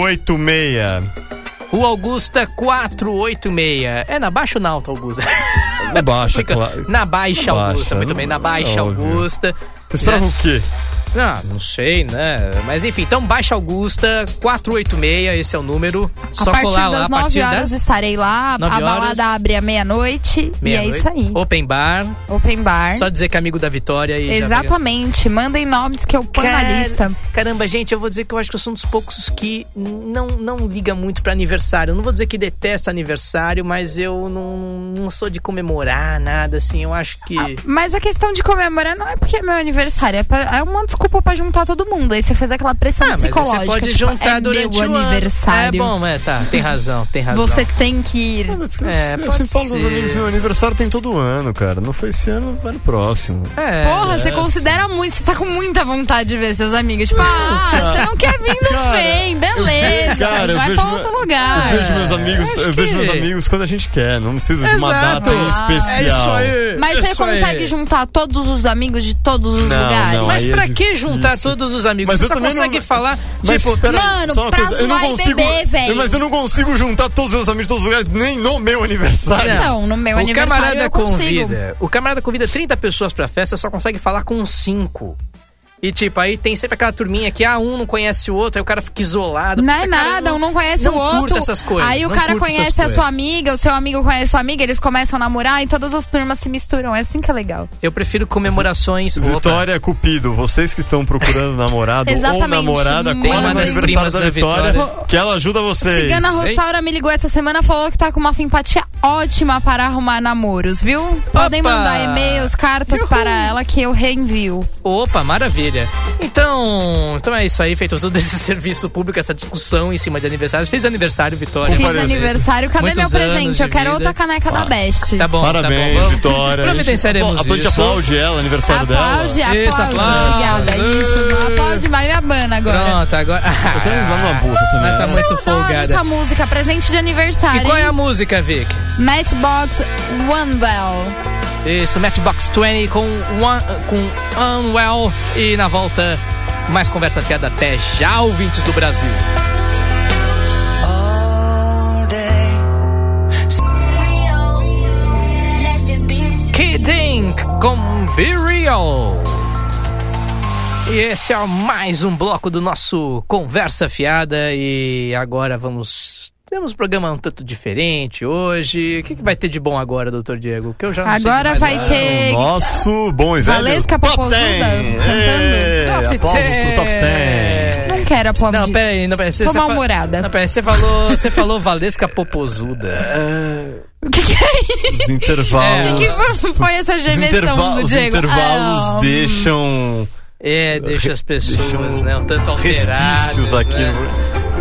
Speaker 6: 486.
Speaker 1: Rua Augusta 486. É na Baixa ou na Alta Augusta?
Speaker 6: Na baixa,
Speaker 1: Fica-
Speaker 6: claro.
Speaker 1: Na Baixa
Speaker 6: Na Baixa,
Speaker 1: Augusta, muito
Speaker 6: não-
Speaker 1: bem, na Baixa
Speaker 6: é óbvio.
Speaker 1: Augusta.
Speaker 6: Você esperava o quê?
Speaker 1: Ah, não sei, né? Mas enfim, então Baixa Augusta 486, esse é o número.
Speaker 5: A
Speaker 1: Só
Speaker 5: partir
Speaker 1: colar lá
Speaker 5: das
Speaker 1: a
Speaker 5: 9
Speaker 1: partir
Speaker 5: horas
Speaker 1: das
Speaker 5: estarei lá. A
Speaker 1: nove horas.
Speaker 5: balada abre à meia-noite. e é
Speaker 1: meia-noite.
Speaker 5: isso aí.
Speaker 1: Open bar.
Speaker 5: Open bar.
Speaker 1: Só dizer que é amigo da Vitória e. já tá pega-
Speaker 5: Exatamente. Mandem nomes que eu ponho na
Speaker 1: Cara-
Speaker 5: lista.
Speaker 1: Caramba, gente, eu vou dizer que eu acho que eu sou um dos poucos que não, não liga muito pra aniversário. Eu não vou dizer que detesta aniversário, mas eu não, não sou de comemorar nada, assim. Eu acho
Speaker 5: Ah,
Speaker 1: que.
Speaker 5: Mas a questão de comemorar não é porque é meu aniversário. É, pra- é uma desculpa pra juntar todo mundo. Aí você fez aquela pressão
Speaker 1: Ah, mas aí
Speaker 5: psicológica.
Speaker 1: você pode
Speaker 5: tipo,
Speaker 1: juntar
Speaker 5: é
Speaker 1: durante
Speaker 5: meu
Speaker 1: o ano.
Speaker 5: aniversário.
Speaker 1: É bom, é, tá. Tem razão, tem
Speaker 6: É
Speaker 1: razão.
Speaker 5: Você tem que ir.
Speaker 1: É,
Speaker 6: eu
Speaker 1: pode
Speaker 6: sempre falo pros
Speaker 1: ser.
Speaker 6: amigos, meu aniversário tem todo ano, cara. Não foi esse ano, vai no próximo.
Speaker 1: É.
Speaker 5: Porra, você considera muito, você tá com muita vontade de ver seus amigos. Tipo, ah, você não quer vir, não
Speaker 6: Cara,
Speaker 5: vem, beleza.
Speaker 6: cara, eu
Speaker 5: vai
Speaker 6: vejo
Speaker 5: pra
Speaker 6: meu-
Speaker 5: outro lugar.
Speaker 6: Eu vejo meus amigos,
Speaker 1: Ah, é. acho
Speaker 6: eu vejo
Speaker 1: que- é.
Speaker 6: meus amigos quando a gente quer, não preciso de uma
Speaker 1: Exato.
Speaker 6: data em
Speaker 1: Ah,
Speaker 6: especial.
Speaker 1: É isso aí.
Speaker 5: Mas
Speaker 1: é
Speaker 5: você
Speaker 1: isso aí.
Speaker 5: consegue juntar todos os amigos de todos os
Speaker 6: Não,
Speaker 5: lugares?
Speaker 6: não,
Speaker 1: Mas
Speaker 6: Aí é
Speaker 1: pra que
Speaker 6: difícil.
Speaker 1: juntar todos os amigos?
Speaker 6: Mas
Speaker 1: você
Speaker 6: eu
Speaker 1: só
Speaker 6: também
Speaker 1: consegue
Speaker 6: não-
Speaker 1: falar,
Speaker 6: Mas
Speaker 1: tipo,
Speaker 6: peraí,
Speaker 5: Mano,
Speaker 6: só uma
Speaker 5: pra
Speaker 6: coisa, eu não
Speaker 5: zoar e
Speaker 6: consigo,
Speaker 5: beber, velho.
Speaker 6: Mas eu não consigo juntar todos os meus amigos de todos os lugares, nem no meu aniversário.
Speaker 1: Não. é
Speaker 5: Então, no meu
Speaker 1: o
Speaker 5: aniversário
Speaker 1: camarada
Speaker 5: eu consigo.
Speaker 1: convida. O camarada convida 30 pessoas pra festa, só consegue falar com 5. E tipo, aí tem sempre aquela turminha que ah, um não conhece o outro, aí o cara fica isolado.
Speaker 5: Não é
Speaker 1: Puta, cara, eu
Speaker 5: nada, um não conhece
Speaker 1: não
Speaker 5: o outro.
Speaker 1: curto essas coisas,
Speaker 5: aí o
Speaker 1: não
Speaker 5: cara
Speaker 1: curto essas
Speaker 5: conhece a
Speaker 1: coisas.
Speaker 5: sua amiga, o seu amigo conhece a sua amiga, eles começam a namorar e todas as turmas se misturam. É assim que é legal.
Speaker 1: Eu prefiro comemorações. Opa.
Speaker 6: Vitória é Cupido, vocês que estão procurando namorado ou
Speaker 5: Exatamente.
Speaker 6: namorada,
Speaker 5: Tem
Speaker 6: corre
Speaker 5: uma
Speaker 6: no
Speaker 5: das
Speaker 6: aniversário
Speaker 1: primas
Speaker 6: da
Speaker 1: da
Speaker 6: Vitória,
Speaker 5: Vitória.
Speaker 6: que ela ajuda
Speaker 1: É
Speaker 6: vocês.
Speaker 5: Cigana
Speaker 1: hein?
Speaker 5: Rossaura me ligou essa semana falou que tá com uma simpatia ótima para arrumar namoros, viu? Podem
Speaker 1: Opa!
Speaker 5: mandar e-mails, cartas para ela que eu reenvio.
Speaker 1: Opa, maravilha. Então, então é isso aí, feito todo esse serviço público, essa discussão em cima de aniversários. Fez aniversário, Vitória.
Speaker 5: Fiz
Speaker 6: parece.
Speaker 5: aniversário. Cadê
Speaker 1: Muitos
Speaker 5: meu
Speaker 1: anos
Speaker 5: presente?
Speaker 1: de
Speaker 5: Eu quero
Speaker 1: vida.
Speaker 5: outra caneca da Best.
Speaker 1: Tá bom,
Speaker 6: Parabéns,
Speaker 1: tá bom. Vamos-
Speaker 6: Vitória.
Speaker 1: Providenciaremos
Speaker 6: a gente
Speaker 1: isso.
Speaker 6: aplaude ela, aniversário dela.
Speaker 5: Aplaude, aplaude.
Speaker 1: Isso, aplaude.
Speaker 5: Obrigada. Isso, não aplaude mais minha banda agora.
Speaker 1: Pronto, agora.
Speaker 6: Eu tô usando uma bolsa também.
Speaker 1: Mas tá muito
Speaker 5: Eu adoro
Speaker 1: folgada.
Speaker 5: essa música, presente de
Speaker 1: E
Speaker 5: aniversário.
Speaker 1: qual é a
Speaker 5: hein?
Speaker 1: música, Vic?
Speaker 5: Matchbox One Bell.
Speaker 1: Isso, Matchbox 20 com, one, com Unwell. E na volta, mais conversa fiada até já, ouvintes do Brasil.
Speaker 2: All day.
Speaker 1: Kidding com Be Real. E esse é mais um bloco do nosso Conversa Fiada. E agora vamos. Temos um programa um tanto diferente hoje. O que, que vai ter de bom agora, doutor Diego? Que eu já não sei
Speaker 5: Agora
Speaker 1: demais
Speaker 5: vai
Speaker 1: nada.
Speaker 5: ter.
Speaker 6: Nosso bom e velho.
Speaker 5: Valesca Popozuda cantando.
Speaker 6: Top 10. Ê, É, Aplausos pro Top 10.
Speaker 5: Não quero um aplaudir.
Speaker 1: Não, peraí, não, peraí. Você,
Speaker 5: Tô
Speaker 1: você fa-
Speaker 5: mal-humorada.
Speaker 1: Não, peraí, você falou, você falou Valesca Popozuda.
Speaker 5: O que, que é isso?
Speaker 6: Os
Speaker 1: É,
Speaker 5: O
Speaker 1: o
Speaker 6: intervalos.
Speaker 5: que foi- foi essa
Speaker 6: Os,
Speaker 5: gemessão
Speaker 6: interva-
Speaker 5: do
Speaker 6: os
Speaker 5: Diego?
Speaker 6: intervalos
Speaker 5: Ah,
Speaker 6: deixam
Speaker 1: É, deixa as pessoas,
Speaker 6: Deixam
Speaker 1: né? Um tanto alteradas.
Speaker 6: resquícios aqui.
Speaker 1: né?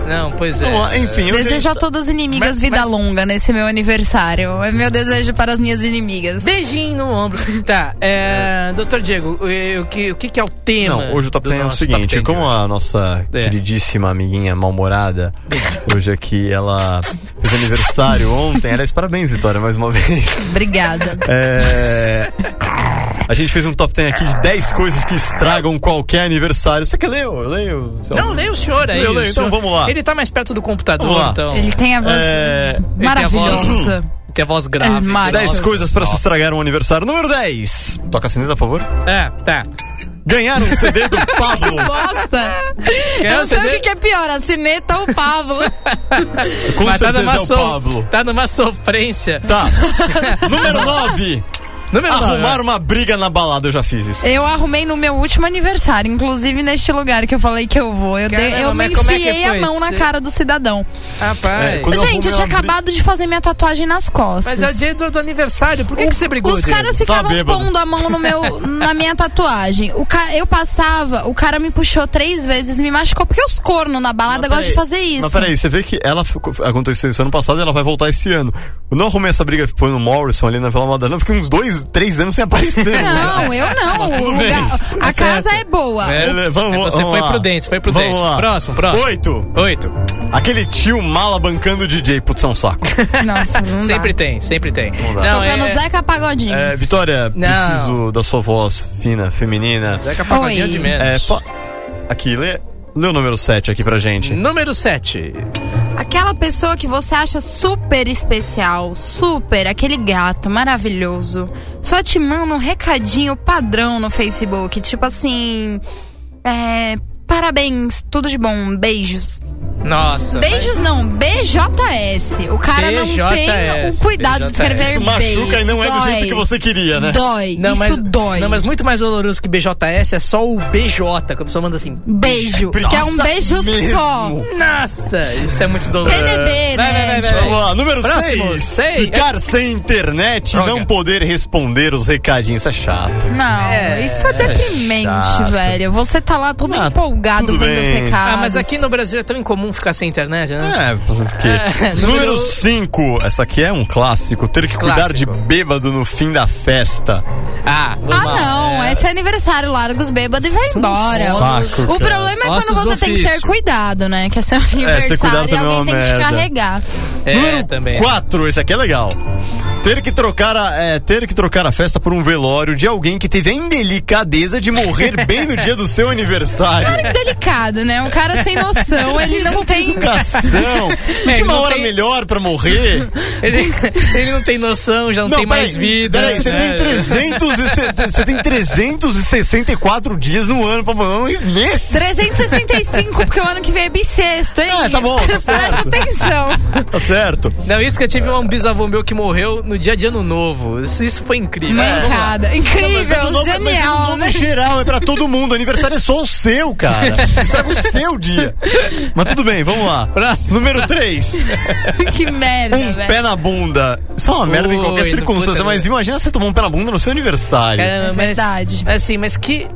Speaker 1: Não, pois é.
Speaker 6: Não, enfim, eu
Speaker 5: Desejo a todas as inimigas
Speaker 1: Mas-
Speaker 5: vida
Speaker 1: mas-
Speaker 5: longa nesse meu aniversário. É meu desejo para as minhas inimigas.
Speaker 1: Beijinho no ombro. Tá, é, doutor Diego, o, o que, o que que é o tema?
Speaker 6: Não, hoje o Top
Speaker 1: do
Speaker 6: 10 é o
Speaker 1: nosso Top
Speaker 6: seguinte,
Speaker 1: 10
Speaker 6: como
Speaker 1: de hoje?
Speaker 6: a nossa
Speaker 1: É.
Speaker 6: queridíssima amiguinha mal-humorada, hoje aqui, ela fez aniversário ontem, aliás, parabéns, Vitória, mais uma vez.
Speaker 5: Obrigada.
Speaker 6: É, A gente fez um Top 10 aqui de 10 coisas que estragam qualquer aniversário. Você quer ler? Eu leio. sei lá.
Speaker 1: Não, leia o senhor aí.
Speaker 6: Eu leio,
Speaker 1: o
Speaker 6: então
Speaker 1: senhor-
Speaker 6: vamos lá.
Speaker 1: Ele tá mais perto do
Speaker 6: Vamos
Speaker 1: computador,
Speaker 6: lá.
Speaker 1: então.
Speaker 5: Ele tem a voz
Speaker 6: É, ele
Speaker 1: tem a
Speaker 5: maravilhosa.
Speaker 1: Tem a voz grave.
Speaker 5: É, Mário.
Speaker 6: 10
Speaker 5: Nossa.
Speaker 6: coisas pra se estragar um aniversário. Número 10. Toca a sineta, por favor.
Speaker 1: É, tá.
Speaker 6: Ganhar um CD do Pablo.
Speaker 5: Bosta!
Speaker 1: Quer
Speaker 5: Eu não sei o
Speaker 1: entender?
Speaker 5: que que é pior, a Cineta ou o Pablo.
Speaker 6: Com
Speaker 1: Mas tá
Speaker 6: certeza
Speaker 1: numa,
Speaker 6: é o
Speaker 1: so-
Speaker 6: Pablo.
Speaker 1: tá numa sofrência.
Speaker 6: Tá. Número 9.
Speaker 1: Número nove,
Speaker 6: Arrumar uma briga na balada. Eu já fiz isso.
Speaker 5: Eu arrumei no meu último aniversário, inclusive neste lugar que eu falei que eu vou. Eu, dei-
Speaker 1: Caramba,
Speaker 5: eu me
Speaker 1: mas como é que
Speaker 5: enfiei a
Speaker 1: foi?
Speaker 5: mão na
Speaker 1: Você-
Speaker 5: cara do cidadão.
Speaker 1: Rapaz.
Speaker 6: É, quando-
Speaker 5: Gente,
Speaker 6: Eu
Speaker 5: eu
Speaker 6: arrumei
Speaker 5: tinha
Speaker 6: uma briga-
Speaker 5: acabado de fazer minha tatuagem nas costas.
Speaker 1: Mas é o dia do, do aniversário. Por que,
Speaker 5: O-
Speaker 1: que você brigou,
Speaker 5: Os
Speaker 1: Diego?
Speaker 5: caras
Speaker 6: Tá
Speaker 5: ficavam
Speaker 6: bêbado.
Speaker 5: pondo a mão no meu, na minha tatuagem. O ca... Eu passava, o cara me puxou três vezes, me machucou, porque os cornos na balada
Speaker 6: Mas
Speaker 5: gostam de
Speaker 6: peraí,
Speaker 5: fazer isso.
Speaker 6: Mas peraí, você vê que ela ficou- aconteceu isso ano passado e ela vai voltar esse ano. Eu não arrumei essa briga que foi no Morrison ali na Vila Madalena, eu fiquei uns dois, três anos sem aparecer. Né?
Speaker 5: Não, é eu não. O
Speaker 6: Tá bem. Tá
Speaker 5: lugar- a casa é boa.
Speaker 1: É.
Speaker 6: Ele- vamos,
Speaker 1: Você
Speaker 6: vamos
Speaker 1: foi
Speaker 6: lá.
Speaker 1: prudente, você foi
Speaker 6: Vamos
Speaker 1: prudente.
Speaker 6: lá.
Speaker 1: Próximo, próximo.
Speaker 6: Oito.
Speaker 1: Oito.
Speaker 6: Aquele tio mala bancando o DJ, putz, é um saco.
Speaker 5: Nossa, não
Speaker 1: Sempre
Speaker 5: dá.
Speaker 1: tem, sempre tem.
Speaker 6: dá.
Speaker 1: Não,
Speaker 5: Tocando
Speaker 1: é...
Speaker 5: Zeca Pagodinho.
Speaker 6: É, Vitória,
Speaker 1: Não.
Speaker 6: preciso da sua voz fina, feminina.
Speaker 1: Zeca Pagodinho
Speaker 5: Oi.
Speaker 1: de menos.
Speaker 6: É, fa- Aqui, lê, lê o número 7 aqui pra gente.
Speaker 1: Número 7.
Speaker 5: Aquela pessoa que você acha super especial, super, aquele gato maravilhoso, só te manda um recadinho padrão no Facebook, tipo assim. É. Parabéns, tudo de bom, beijos.
Speaker 1: Nossa.
Speaker 5: Beijos não, BJS. O cara não tem
Speaker 1: BJS,
Speaker 5: o cuidado de escrever
Speaker 1: Isso
Speaker 5: beijo.
Speaker 6: Machuca e não é do
Speaker 5: Dói,
Speaker 6: jeito que você queria, né?
Speaker 5: Dói,
Speaker 1: Não,
Speaker 5: isso
Speaker 1: mas,
Speaker 5: dói.
Speaker 1: Não, mas muito mais doloroso que BJS é só o BJ, que a pessoa manda assim.
Speaker 5: Beijo, que é um
Speaker 6: Nossa,
Speaker 5: beijo
Speaker 6: mesmo.
Speaker 5: só.
Speaker 1: Nossa, isso é muito doloroso.
Speaker 5: TDB,
Speaker 1: É. Vai, vai, vai,
Speaker 5: né?
Speaker 1: vai.
Speaker 6: Vamos lá, número
Speaker 1: Próximo,
Speaker 6: 6.
Speaker 1: seis.
Speaker 6: Ficar sem internet e
Speaker 1: Droga.
Speaker 6: não poder responder os recadinhos. Isso é chato.
Speaker 5: Não,
Speaker 1: É,
Speaker 5: isso é deprimente,
Speaker 6: chato.
Speaker 5: velho. Você tá lá todo
Speaker 6: Ah,
Speaker 5: empolgado
Speaker 6: tudo
Speaker 5: vendo os
Speaker 6: bem.
Speaker 5: recados.
Speaker 1: Ah, mas aqui no Brasil é tão incomum ficar sem internet, né?
Speaker 6: É, porque.
Speaker 1: É,
Speaker 6: número
Speaker 1: número-
Speaker 6: 5. Essa aqui é um clássico. Ter que cuidar
Speaker 1: Clássico.
Speaker 6: de bêbado no fim da festa.
Speaker 1: Ah,
Speaker 5: Ah,
Speaker 1: normal.
Speaker 5: não. Esse é aniversário, larga os bêbados e vai embora.
Speaker 6: Saco,
Speaker 5: O
Speaker 6: cara.
Speaker 5: problema é
Speaker 1: Ossos
Speaker 5: quando você
Speaker 1: do
Speaker 5: tem que ser
Speaker 1: ofício.
Speaker 5: cuidado, né? Que é seu
Speaker 6: cuidado
Speaker 5: aniversário e
Speaker 6: também é
Speaker 5: alguém
Speaker 6: uma
Speaker 5: tem que te
Speaker 6: merda.
Speaker 5: carregar.
Speaker 1: É,
Speaker 6: número
Speaker 1: também.
Speaker 6: 4. Esse aqui é legal. Ter que, trocar a, é, ter que trocar a festa por um velório de alguém que teve a indelicadeza de morrer bem no dia do seu aniversário.
Speaker 5: Delicado, né? Um cara sem noção, ele não tem.
Speaker 6: Educação! Não
Speaker 1: É,
Speaker 6: tinha
Speaker 1: ele
Speaker 6: uma
Speaker 1: não
Speaker 6: hora
Speaker 1: tem-
Speaker 6: melhor pra morrer.
Speaker 1: Ele, ele não tem noção, já não, tem
Speaker 6: peraí,
Speaker 1: mais vida.
Speaker 6: Peraí, você
Speaker 1: né?
Speaker 6: tem 360 você tem 364 dias no ano pra morrer. Nesse
Speaker 5: 365, porque o ano que vem é bissexto, hein?
Speaker 6: Ah, tá bom, tá
Speaker 5: Presta
Speaker 6: certo.
Speaker 5: atenção.
Speaker 6: Tá certo.
Speaker 1: Não, isso que eu tive um bisavô meu que morreu no dia de ano novo. Isso, isso foi incrível.
Speaker 5: Mancada.
Speaker 6: Mas é
Speaker 5: Incrível,
Speaker 6: um novo- mas é um
Speaker 5: genial,
Speaker 6: novo
Speaker 5: né?
Speaker 6: em geral, é pra todo mundo. Aniversário é só o seu, cara. Estraga o seu dia. Mas tudo bem, vamos lá.
Speaker 1: Próximo.
Speaker 6: Número 3.
Speaker 5: Que merda,
Speaker 6: Um
Speaker 5: velho.
Speaker 6: pé na bunda. Isso é uma merda em qualquer
Speaker 1: É Ui,
Speaker 6: circunstância,
Speaker 1: puta
Speaker 6: mas
Speaker 1: merda.
Speaker 6: imagina você tomar um pé na bunda no seu aniversário.
Speaker 1: Caramba, mas-
Speaker 5: É verdade.
Speaker 1: Mas, assim, mas que,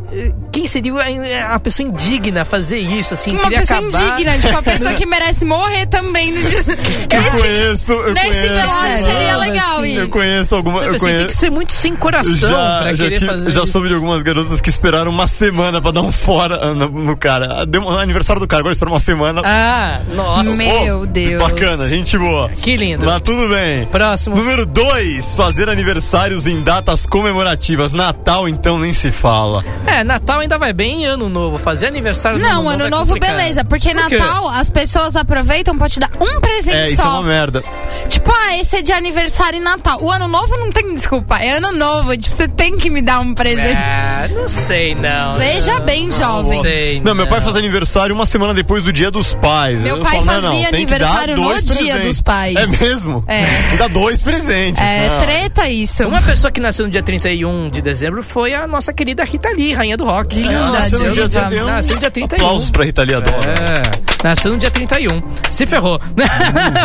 Speaker 1: quem seria a, a pessoa indigna a fazer isso? Assim,
Speaker 5: Uma
Speaker 1: queria
Speaker 5: pessoa
Speaker 1: acabar...
Speaker 5: indigna, tipo, uma pessoa que merece morrer também. No dia...
Speaker 6: Eu conheço, eu
Speaker 5: Nesse
Speaker 6: conheço.
Speaker 5: velório seria
Speaker 1: Não,
Speaker 5: legal
Speaker 1: assim,
Speaker 5: ir.
Speaker 6: Eu conheço alguma.
Speaker 1: Sabe,
Speaker 6: eu
Speaker 1: assim, tem que
Speaker 6: conheço.
Speaker 1: ser muito sem coração pra querer
Speaker 6: tive-
Speaker 1: fazer
Speaker 6: já
Speaker 1: isso.
Speaker 6: soube de algumas garotas que esperaram uma semana pra dar um fora no, no cara. Deu um aniversário do cara, agora esperou uma semana.
Speaker 1: Ah, nossa.
Speaker 5: Me- Meu Deus.
Speaker 6: Bacana, gente boa.
Speaker 1: Que lindo.
Speaker 6: Mas tudo bem.
Speaker 1: Próximo.
Speaker 6: Número 2, fazer aniversários em datas comemorativas. Natal, então, nem se fala.
Speaker 1: É, Natal ainda vai bem, Ano Novo. Fazer aniversário no
Speaker 5: Não, ano
Speaker 1: é
Speaker 5: novo,
Speaker 1: complicado.
Speaker 5: beleza. Porque
Speaker 1: Por quê?
Speaker 5: Natal as pessoas aproveitam pra te dar um presente
Speaker 6: É, isso é
Speaker 5: só.
Speaker 6: uma merda.
Speaker 5: Tipo, ah, esse é de aniversário e Natal. O ano novo não tem desculpa. É ano novo. Tipo, você tem que me dar um presente.
Speaker 1: Ah, não sei, não.
Speaker 5: Veja
Speaker 1: Não,
Speaker 5: bem,
Speaker 1: não
Speaker 5: jovem.
Speaker 1: sei,
Speaker 6: Não, meu pai fazia aniversário uma semana depois do dia dos pais.
Speaker 5: Meu
Speaker 6: Eu
Speaker 5: pai
Speaker 6: falo, não, não,
Speaker 5: fazia
Speaker 6: tem que dar
Speaker 5: aniversário no
Speaker 6: dois
Speaker 5: dia
Speaker 6: presentes.
Speaker 5: dos pais.
Speaker 6: É mesmo?
Speaker 5: É.
Speaker 6: Dá dois presentes.
Speaker 5: É
Speaker 6: né?
Speaker 5: treta isso.
Speaker 1: Uma pessoa que nasceu no dia 31 de dezembro foi a nossa querida Rita Lee, rainha do rock.
Speaker 5: Linda,
Speaker 1: Ela
Speaker 6: Nasceu no dia
Speaker 5: diva.
Speaker 6: 31.
Speaker 1: Nasceu no dia 31.
Speaker 6: Aplausos pra Rita Lee, adoro.
Speaker 1: É, nasceu no dia 31. Se ferrou.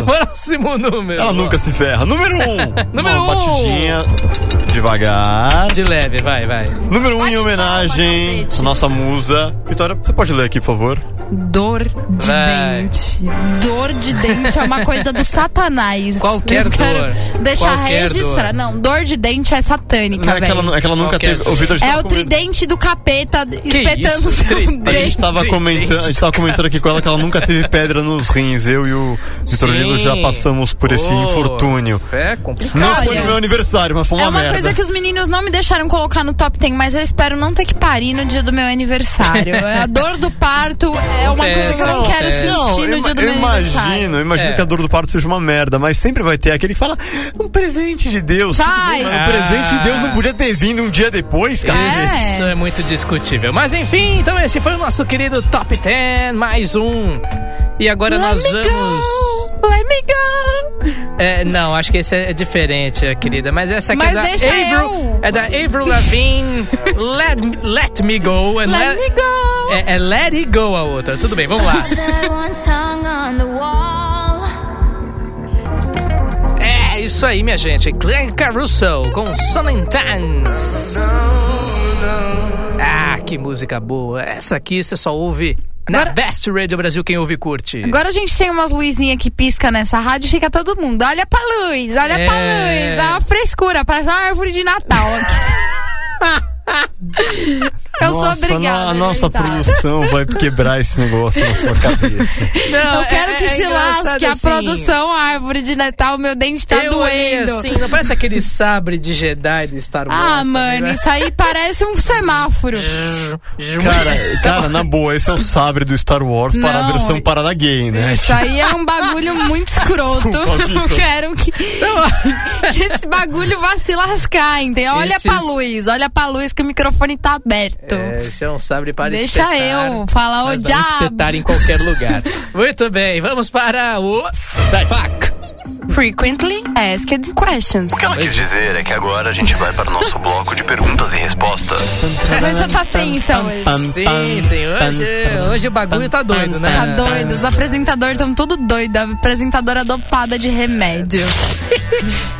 Speaker 1: Próximo número.
Speaker 6: Ela nunca se ferra. Número 1. Um,
Speaker 1: Número
Speaker 6: Uma
Speaker 1: um.
Speaker 6: batidinha. Devagar.
Speaker 1: De leve, vai, vai.
Speaker 6: Número 1 um,
Speaker 5: Bate
Speaker 6: em
Speaker 5: palma,
Speaker 6: homenagem
Speaker 5: cacete. Tá
Speaker 6: à nossa musa. Vitória, você pode ler aqui, por favor? É
Speaker 5: Dor de
Speaker 1: Vai.
Speaker 5: dente. Dor de dente é uma coisa do satanás.
Speaker 1: Qualquer
Speaker 5: Eu quero
Speaker 1: dor.
Speaker 5: Deixar
Speaker 1: Qualquer
Speaker 5: registrado.
Speaker 1: dor.
Speaker 5: Não, dor de dente é satânica,
Speaker 6: Não é que ela,
Speaker 5: velho.
Speaker 6: nu- é que ela nunca
Speaker 1: Qualquer
Speaker 6: teve. O Vitor, a gente
Speaker 5: É
Speaker 6: tava
Speaker 5: o
Speaker 6: comentando-
Speaker 5: tridente do capeta espetando
Speaker 1: isso?
Speaker 5: o seu
Speaker 1: Tridente.
Speaker 6: A gente
Speaker 5: dente.
Speaker 6: tava
Speaker 1: Gente,
Speaker 6: comentando, a gente tava comentando aqui com ela que ela nunca teve pedra nos rins. Eu e o Vitorino
Speaker 1: Sim.
Speaker 6: já passamos por esse
Speaker 1: Pô,
Speaker 6: infortúnio.
Speaker 1: É complicado.
Speaker 6: Não foi
Speaker 5: Olha.
Speaker 6: no meu aniversário, mas foi uma,
Speaker 5: É uma
Speaker 6: merda.
Speaker 5: coisa que os meninos não me deixaram colocar no top 10, mas eu espero não ter que parir no dia do meu aniversário. É, A dor do parto é uma coisa que eu não quero
Speaker 1: Acontece,
Speaker 5: sentir
Speaker 6: eu,
Speaker 5: no dia do
Speaker 6: eu
Speaker 5: meu aniversário.
Speaker 6: imagino, eu imagino
Speaker 1: É.
Speaker 6: que a dor do parto seja uma merda, mas sempre vai ter aquele que fala: um presente de Deus. tudo
Speaker 5: Vai.
Speaker 6: bem, mas
Speaker 1: Ah.
Speaker 6: Um presente de Deus não podia ter vindo um dia depois, cara.
Speaker 5: É.
Speaker 1: Isso é muito discutível. Mas enfim, então esse foi o nosso querido Top 10, mais um. E agora nós
Speaker 5: Let me
Speaker 1: vamos.
Speaker 5: go, let me go.
Speaker 1: É, não, acho que esse é diferente, é, querida. Mas essa aqui
Speaker 5: Mas
Speaker 1: é da
Speaker 5: deixa eu.
Speaker 1: Avril. É da Avril Lavigne. let, me- let me go. and
Speaker 5: Let me go.
Speaker 1: É, é Let It Go a outra. Tudo bem, vamos lá.
Speaker 7: that once hung on the wall.
Speaker 1: É isso aí, minha gente. Glenn Caruso com Sonentans. Ah, que música boa. Essa aqui você só ouve na
Speaker 5: Agora-
Speaker 1: Best Radio Brasil. Quem ouve, curte.
Speaker 5: Agora a gente tem umas luzinhas que pisca nessa rádio e fica todo mundo. Olha pra luz, olha pra
Speaker 1: É.
Speaker 5: luz. Dá uma frescura, parece uma árvore de Natal. eu
Speaker 6: Nossa,
Speaker 5: sou obrigada.
Speaker 6: A nossa
Speaker 5: gente, tá?
Speaker 6: produção vai quebrar esse negócio na sua cabeça.
Speaker 1: Não,
Speaker 5: Eu quero que se
Speaker 1: É, engraçado
Speaker 5: lasque a
Speaker 1: assim.
Speaker 5: produção, a árvore de Natal, meu dente tá
Speaker 1: eu olhei
Speaker 5: doendo.
Speaker 1: assim, não parece aquele sabre de Jedi do Star Wars.
Speaker 5: Ah,
Speaker 1: tá
Speaker 5: mano,
Speaker 1: ligado?
Speaker 5: isso aí parece um semáforo.
Speaker 6: É. Cara, cara, na boa, esse é o sabre do Star Wars para a
Speaker 5: Não.
Speaker 6: versão parada gay, né?
Speaker 5: Isso aí é um bagulho muito escroto.
Speaker 6: Desculpa, Vitor.
Speaker 5: Eu quero que, que esse bagulho vá se lascar, entendeu? Olha
Speaker 1: Esses-
Speaker 5: pra luz, olha pra luz que o microfone tá aberto.
Speaker 1: É, esse é um sabre para
Speaker 5: Deixa
Speaker 1: espetar.
Speaker 5: eu falar o
Speaker 1: mas não
Speaker 5: diabo.
Speaker 1: espetar em qualquer lugar. Muito bem, vamos para o... Fact.
Speaker 8: Frequently asked questions.
Speaker 9: O que ela quis dizer é que agora a gente vai para o nosso bloco de perguntas e respostas.
Speaker 5: A coisa tá tensa hoje.
Speaker 1: Sim, sim, hoje, hoje o bagulho tá doido, né?
Speaker 5: Tá doido, os apresentadores estão tudo doido. A apresentadora dopada de remédio.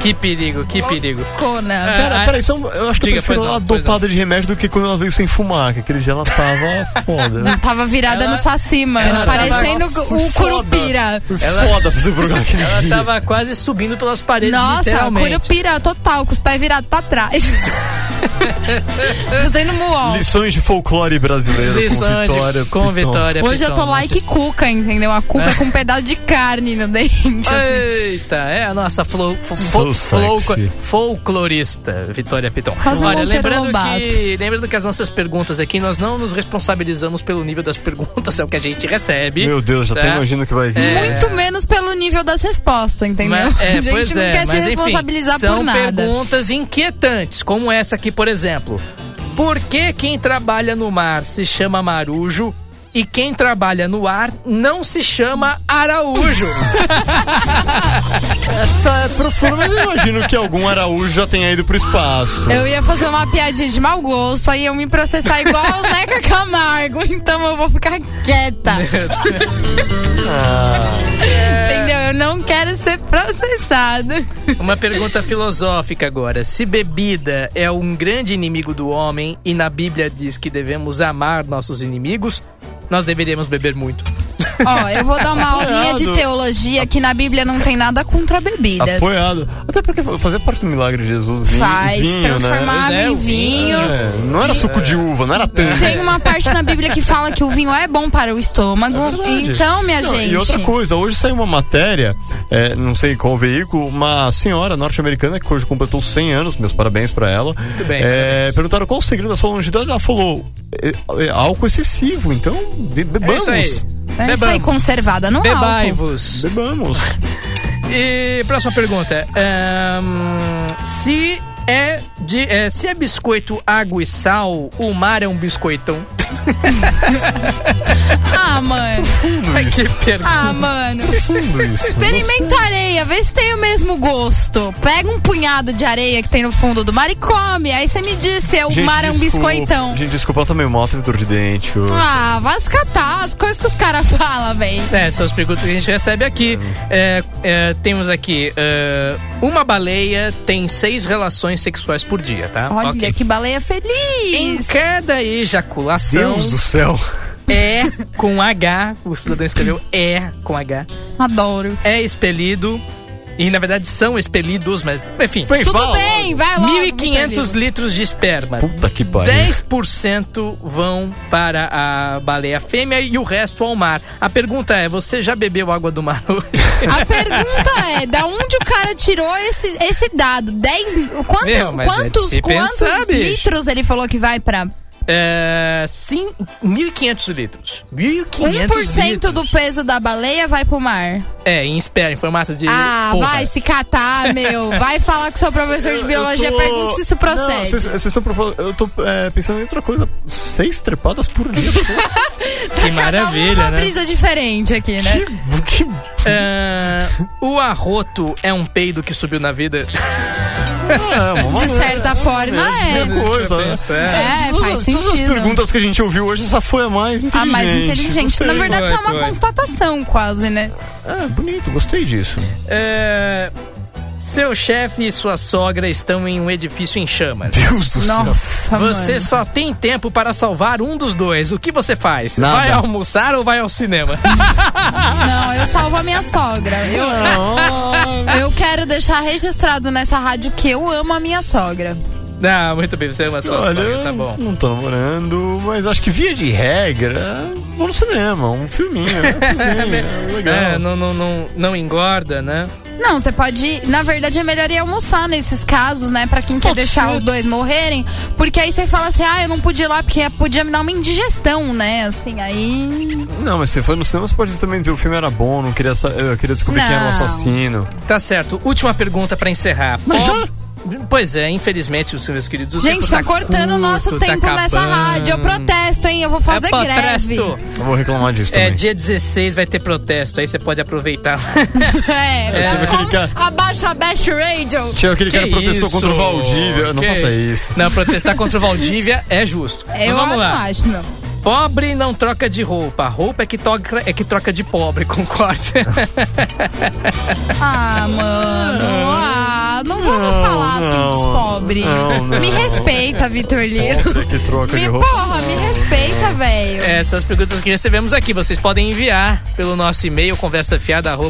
Speaker 1: Que perigo, que perigo.
Speaker 5: Cona.
Speaker 6: Pera,
Speaker 1: Ah,
Speaker 6: pera, isso é um- eu acho que eu
Speaker 1: diga,
Speaker 6: prefiro
Speaker 1: pois
Speaker 6: ela
Speaker 1: não, pois
Speaker 6: dopada de remédio do que quando ela veio sem fumar, que aquele dia ela tava foda. né?
Speaker 5: Tava virada
Speaker 1: Ela-
Speaker 5: no saci, mano.
Speaker 1: ela
Speaker 5: Parecendo o Curupira.
Speaker 6: Foi
Speaker 1: Ela-
Speaker 6: foda fazer o programa aquele
Speaker 1: Ela
Speaker 6: dia.
Speaker 1: tava quase subindo pelas paredes,
Speaker 5: Nossa,
Speaker 1: literalmente.
Speaker 5: Curupira total, com os pés virados pra trás. Gostei no Muol.
Speaker 6: Lições de folclore brasileiro
Speaker 1: Lições
Speaker 6: com
Speaker 1: de-
Speaker 6: Vitória.
Speaker 1: com
Speaker 6: Piton.
Speaker 1: Vitória
Speaker 5: Hoje eu tô
Speaker 1: Piton,
Speaker 5: lá e
Speaker 1: nossa.
Speaker 5: que cuca, entendeu? A cuca
Speaker 1: É.
Speaker 5: com um pedaço de carne no dente. assim.
Speaker 1: Eita, é a nossa flo, fo- fo-
Speaker 6: Sou
Speaker 1: flo-
Speaker 6: sexy.
Speaker 1: folclorista, Vitória Piton.
Speaker 5: Quase um
Speaker 1: Olha,
Speaker 5: Monteiro
Speaker 1: lembrando
Speaker 5: Lobato.
Speaker 1: que, lembrando que as nossas perguntas aqui, nós não nos responsabilizamos pelo nível das perguntas, é o que a gente recebe.
Speaker 6: Meu Deus, já
Speaker 1: tá?
Speaker 6: até imagino que vai vir.
Speaker 1: É.
Speaker 5: Muito menos pelo nível das respostas, entendeu?
Speaker 1: Mas- é,
Speaker 5: a gente
Speaker 1: pois
Speaker 5: não
Speaker 1: é,
Speaker 5: quer
Speaker 1: mas,
Speaker 5: se
Speaker 1: enfim,
Speaker 5: responsabilizar
Speaker 1: são
Speaker 5: por nada.
Speaker 1: perguntas inquietantes, como essa aqui, por exemplo. Por que quem trabalha no mar se chama marujo e quem trabalha no ar não se chama araújo?
Speaker 6: Essa é profunda, mas eu imagino que algum araújo já tenha ido pro espaço.
Speaker 5: Eu ia fazer uma piadinha de mau gosto, aí eu me processar igual o Zeca Camargo. Então eu vou ficar quieta.
Speaker 1: Ah.
Speaker 5: Entendeu? Eu não quero ser processada.
Speaker 1: Uma pergunta filosófica agora. Se bebida é um grande inimigo do homem e na Bíblia diz que devemos amar nossos inimigos, nós deveríamos beber muito.
Speaker 5: Ó, eu vou dar uma aulinha de
Speaker 6: Errado.
Speaker 5: teologia que na Bíblia não tem nada contra a bebida.
Speaker 6: Apoiado. Até porque fazer parte do milagre de Jesus, vinho,
Speaker 5: Faz,
Speaker 6: vinho, né?
Speaker 5: transformar
Speaker 1: Pois é,
Speaker 5: em
Speaker 1: o vinho.
Speaker 5: vinho.
Speaker 6: É, não era suco de uva, não era tanto.
Speaker 5: Tem uma parte na Bíblia que fala que o vinho é bom para o estômago.
Speaker 6: é verdade.
Speaker 5: então, minha
Speaker 6: Não,
Speaker 5: gente.
Speaker 6: E outra coisa, hoje saiu uma matéria, é, não sei qual veículo, uma senhora norte-americana que hoje completou 100 anos, meus parabéns pra ela. Muito
Speaker 1: bem, parabéns.
Speaker 6: perguntaram qual o segredo da sua longevidade, ela falou é, é álcool excessivo, então be-
Speaker 1: É
Speaker 6: bebamos.
Speaker 1: isso aí.
Speaker 5: é isso aí, conservada no álcool.
Speaker 1: Bebai-vos.
Speaker 6: Bebamos.
Speaker 1: E próxima pergunta. Ahn, se, é de, é, se é biscoito, água e sal, o mar é um biscoitão.
Speaker 5: Ah, mano.
Speaker 6: Tudo isso,
Speaker 1: Que pergunta.
Speaker 5: Ah, mano.
Speaker 6: tudo isso.
Speaker 5: Experimenta areia, vê se tem o mesmo gosto. Pega um punhado de areia que tem no fundo do mar e come. Aí você me diz se é o
Speaker 6: Gente,
Speaker 5: mar é um
Speaker 6: desculpa.
Speaker 5: biscoitão.
Speaker 6: Gente, desculpa, ela tá meio mal, teve dor de dente. hoje.
Speaker 5: Ah, vai se catar as coisas que os caras falam, véi.
Speaker 1: É, são as perguntas que a gente recebe aqui. É, é, temos aqui: é, uma baleia tem seis relações sexuais por dia, tá?
Speaker 5: Olha
Speaker 1: Ok.
Speaker 5: que baleia
Speaker 1: Em
Speaker 5: feliz.
Speaker 1: cada ejaculação
Speaker 6: Deus do céu.
Speaker 1: é com H, o cidadão escreveu é com H,
Speaker 5: Adoro.
Speaker 1: é expelido, e na verdade são expelidos, mas enfim,
Speaker 6: Bem,
Speaker 5: Tudo
Speaker 6: fala.
Speaker 5: bem, vai lá.
Speaker 1: 1.500 litros de esperma.
Speaker 6: Puta que pariu.
Speaker 1: 10% vão para a baleia fêmea e o resto ao mar. A pergunta é: você já bebeu água do mar hoje?
Speaker 5: A pergunta é, da onde o cara tirou esse, esse dado? 10... Quanto,
Speaker 1: Meu, mas é de
Speaker 5: quantos,
Speaker 1: se
Speaker 5: quantos
Speaker 1: pensar, bicho.
Speaker 5: litros ele falou que vai pra...
Speaker 1: É, sim, 1.500 litros. 1.500
Speaker 5: 1%
Speaker 1: litros.
Speaker 5: do peso da baleia vai pro mar.
Speaker 1: É, em espera, em formato de.
Speaker 5: Ah,
Speaker 1: porra.
Speaker 5: vai se catar, meu. Vai falar com seu professor de
Speaker 6: Eu- eu
Speaker 5: biologia,
Speaker 6: tô-
Speaker 5: pergunta se isso
Speaker 6: Não,
Speaker 5: procede.
Speaker 6: vocês- vocês estão propondo. Eu tô é, pensando em outra coisa. Seis trepadas por dia.
Speaker 1: Que
Speaker 5: Cada um uma
Speaker 1: maravilha, né?
Speaker 5: brisa diferente aqui, né?
Speaker 6: que, que
Speaker 1: É, o arroto é um peido que subiu na vida.
Speaker 6: Vamos
Speaker 5: De certa forma, é.
Speaker 6: coisa. né?
Speaker 1: Deixa eu pensar.
Speaker 5: É, faz
Speaker 6: Todas as
Speaker 5: sentido.
Speaker 6: perguntas que a gente ouviu hoje, essa foi a mais inteligente.
Speaker 5: A mais inteligente. Na
Speaker 1: Foi,
Speaker 5: verdade, isso é uma
Speaker 1: foi.
Speaker 5: constatação, quase, né?
Speaker 6: É, bonito, gostei disso.
Speaker 1: É, seu chefe e sua sogra estão em um edifício em chamas.
Speaker 6: Deus do céu.
Speaker 5: Nossa,
Speaker 1: Você
Speaker 5: mano.
Speaker 1: só tem tempo para salvar um dos dois. O que você faz?
Speaker 6: Nada.
Speaker 1: Vai almoçar ou vai ao cinema?
Speaker 5: Não, eu salvo a minha sogra. Eu, eu quero deixar registrado nessa rádio que eu amo a minha sogra.
Speaker 1: Não, muito bem, você ama sua sogra,
Speaker 6: Olha,
Speaker 1: tá bom.
Speaker 6: não tô namorando, mas acho que via de regra, vou no cinema, um filminho, né? Um filminho, legal.
Speaker 1: É, não, não, não, não engorda, né?
Speaker 5: Não, você pode. Na verdade, é melhor ir almoçar nesses casos, né? Pra quem quer deixar os dois morrerem. Porque aí você fala assim, ah, eu não pude ir lá porque podia me dar uma indigestão, né? Assim, aí.
Speaker 6: Não, mas se foi no cinema, você pode também dizer o filme era bom, não queria, sa- eu queria descobrir quem era o
Speaker 5: Não.
Speaker 6: assassino.
Speaker 1: Tá certo. Última pergunta pra encerrar.
Speaker 6: Mas
Speaker 1: Pob- Pois é, infelizmente, os meus queridos. o tempo
Speaker 5: Gente, tá, cortando
Speaker 1: curto,
Speaker 5: o nosso
Speaker 1: tá
Speaker 5: tempo nessa
Speaker 1: acabando.
Speaker 5: rádio. Eu protesto, hein? Eu vou fazer
Speaker 1: é protesto.
Speaker 5: greve.
Speaker 6: Eu vou reclamar disso
Speaker 1: É,
Speaker 6: também.
Speaker 1: dia 16 vai ter protesto, aí você pode aproveitar.
Speaker 5: É,
Speaker 6: tive
Speaker 5: como-
Speaker 6: aquele cara-
Speaker 5: abaixa a Bash Radio.
Speaker 6: Tinha aquele
Speaker 1: Que
Speaker 6: cara que protestou
Speaker 1: isso?
Speaker 6: contra o Valdívia. Não
Speaker 1: Que-
Speaker 6: faça isso.
Speaker 1: Não, protestar contra o Valdívia é justo. Mas
Speaker 5: Eu
Speaker 1: vamos
Speaker 5: não
Speaker 1: lá.
Speaker 5: acho, não.
Speaker 1: Pobre não troca de roupa. Roupa é que troca, é que troca de pobre, concorda?
Speaker 5: Ah, mano. Ah, Ah, não vamos
Speaker 6: Não,
Speaker 5: falar
Speaker 6: não,
Speaker 5: assim dos pobres.
Speaker 6: não, não.
Speaker 5: Me respeita, Vitor Lino.
Speaker 6: Nossa, que troca de
Speaker 5: Me,
Speaker 6: roupa.
Speaker 5: porra, me respeita, velho.
Speaker 1: É, Essas perguntas que recebemos aqui, vocês podem enviar pelo nosso e-mail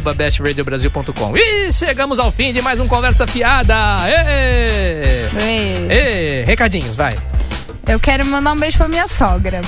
Speaker 1: conversafiada@bestradiobrasil.com. E chegamos ao fim de mais um conversa fiada. Ê!
Speaker 5: Ei,
Speaker 1: Ê, recadinhos, vai.
Speaker 5: Eu quero mandar um beijo pra minha sogra.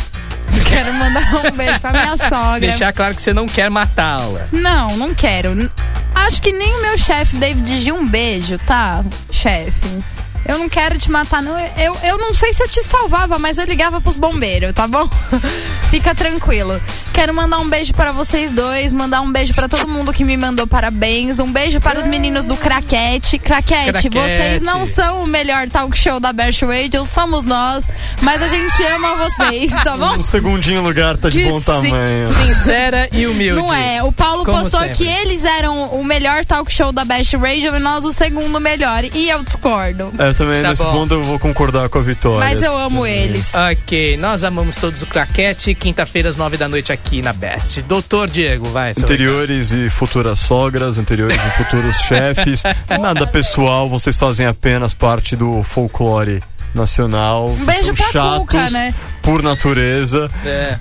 Speaker 5: Quero mandar um beijo pra minha sogra.
Speaker 1: Deixar claro que você não quer matá-la.
Speaker 5: Não, não quero. N- Acho que nem o meu chefe deve de um beijo, tá, chefe? Eu não quero te matar, não. Eu, eu não sei se eu te salvava, mas eu ligava pros bombeiros, tá bom? Fica tranquilo. Quero mandar um beijo para vocês dois, mandar um beijo para todo mundo que me mandou parabéns, um beijo para os meninos do Craquete. Craquete,
Speaker 1: Craquete.
Speaker 5: vocês não são o melhor talk show da Bash Radio, somos nós, mas a gente ama vocês, tá bom?
Speaker 6: Um segundinho lugar tá de
Speaker 1: Que
Speaker 6: bom
Speaker 1: sin-
Speaker 6: tamanho.
Speaker 1: Sincera e humilde.
Speaker 5: Não é. O Paulo
Speaker 1: Como
Speaker 5: postou
Speaker 1: sempre.
Speaker 5: que eles eram o melhor talk show da Best Radio e nós o segundo melhor. E eu discordo.
Speaker 6: É, eu também
Speaker 1: Tá
Speaker 6: nesse
Speaker 1: bom.
Speaker 6: ponto eu vou concordar com a vitória.
Speaker 5: Mas eu amo eles.
Speaker 1: Ok, nós amamos todos o Craquete. Quinta-feira, às nove da noite, aqui na Best. Doutor Diego, vai. seu
Speaker 6: Anteriores e futuras sogras, anteriores e futuros chefes. Nada pessoal, vocês fazem apenas parte do folclore nacional.
Speaker 5: Um
Speaker 6: Vocês
Speaker 5: beijo
Speaker 6: são
Speaker 5: pra
Speaker 6: chatos
Speaker 5: Cuca, né?
Speaker 6: Por natureza.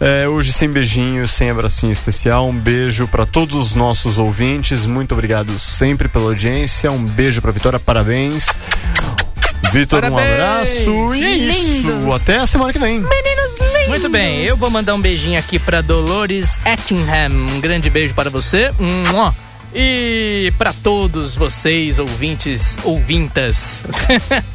Speaker 6: É, hoje sem beijinho, sem abracinho especial. Um beijo pra todos os nossos ouvintes. Muito obrigado sempre pela audiência. Um beijo pra Vitória, parabéns. Vitor, um
Speaker 1: Parabéns.
Speaker 6: abraço. E é isso.
Speaker 5: Lindos.
Speaker 6: Até a semana que vem.
Speaker 5: Meninos lindos.
Speaker 1: Muito bem, eu vou mandar um beijinho aqui pra Dolores Ettingham. Um grande beijo para você. Mua. E pra todos vocês, ouvintes, ouvintas,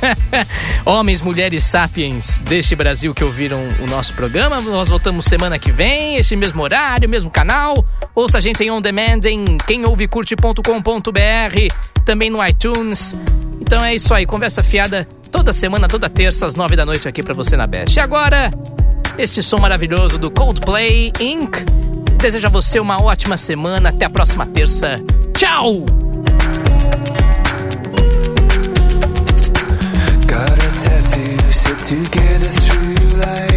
Speaker 1: homens, mulheres, sapiens deste Brasil que ouviram o nosso programa, nós voltamos semana que vem, este mesmo horário, mesmo canal. Ouça a gente em on demand em quemouvecurte.com.br, também no iTunes. Então é isso aí, conversa fiada toda semana, toda terça às nove da noite aqui pra você na Best. E agora, este som maravilhoso do Coldplay Inc. Desejo a você uma ótima semana. Até a próxima terça. Tchau!
Speaker 2: Got a tattoo, sit together through life.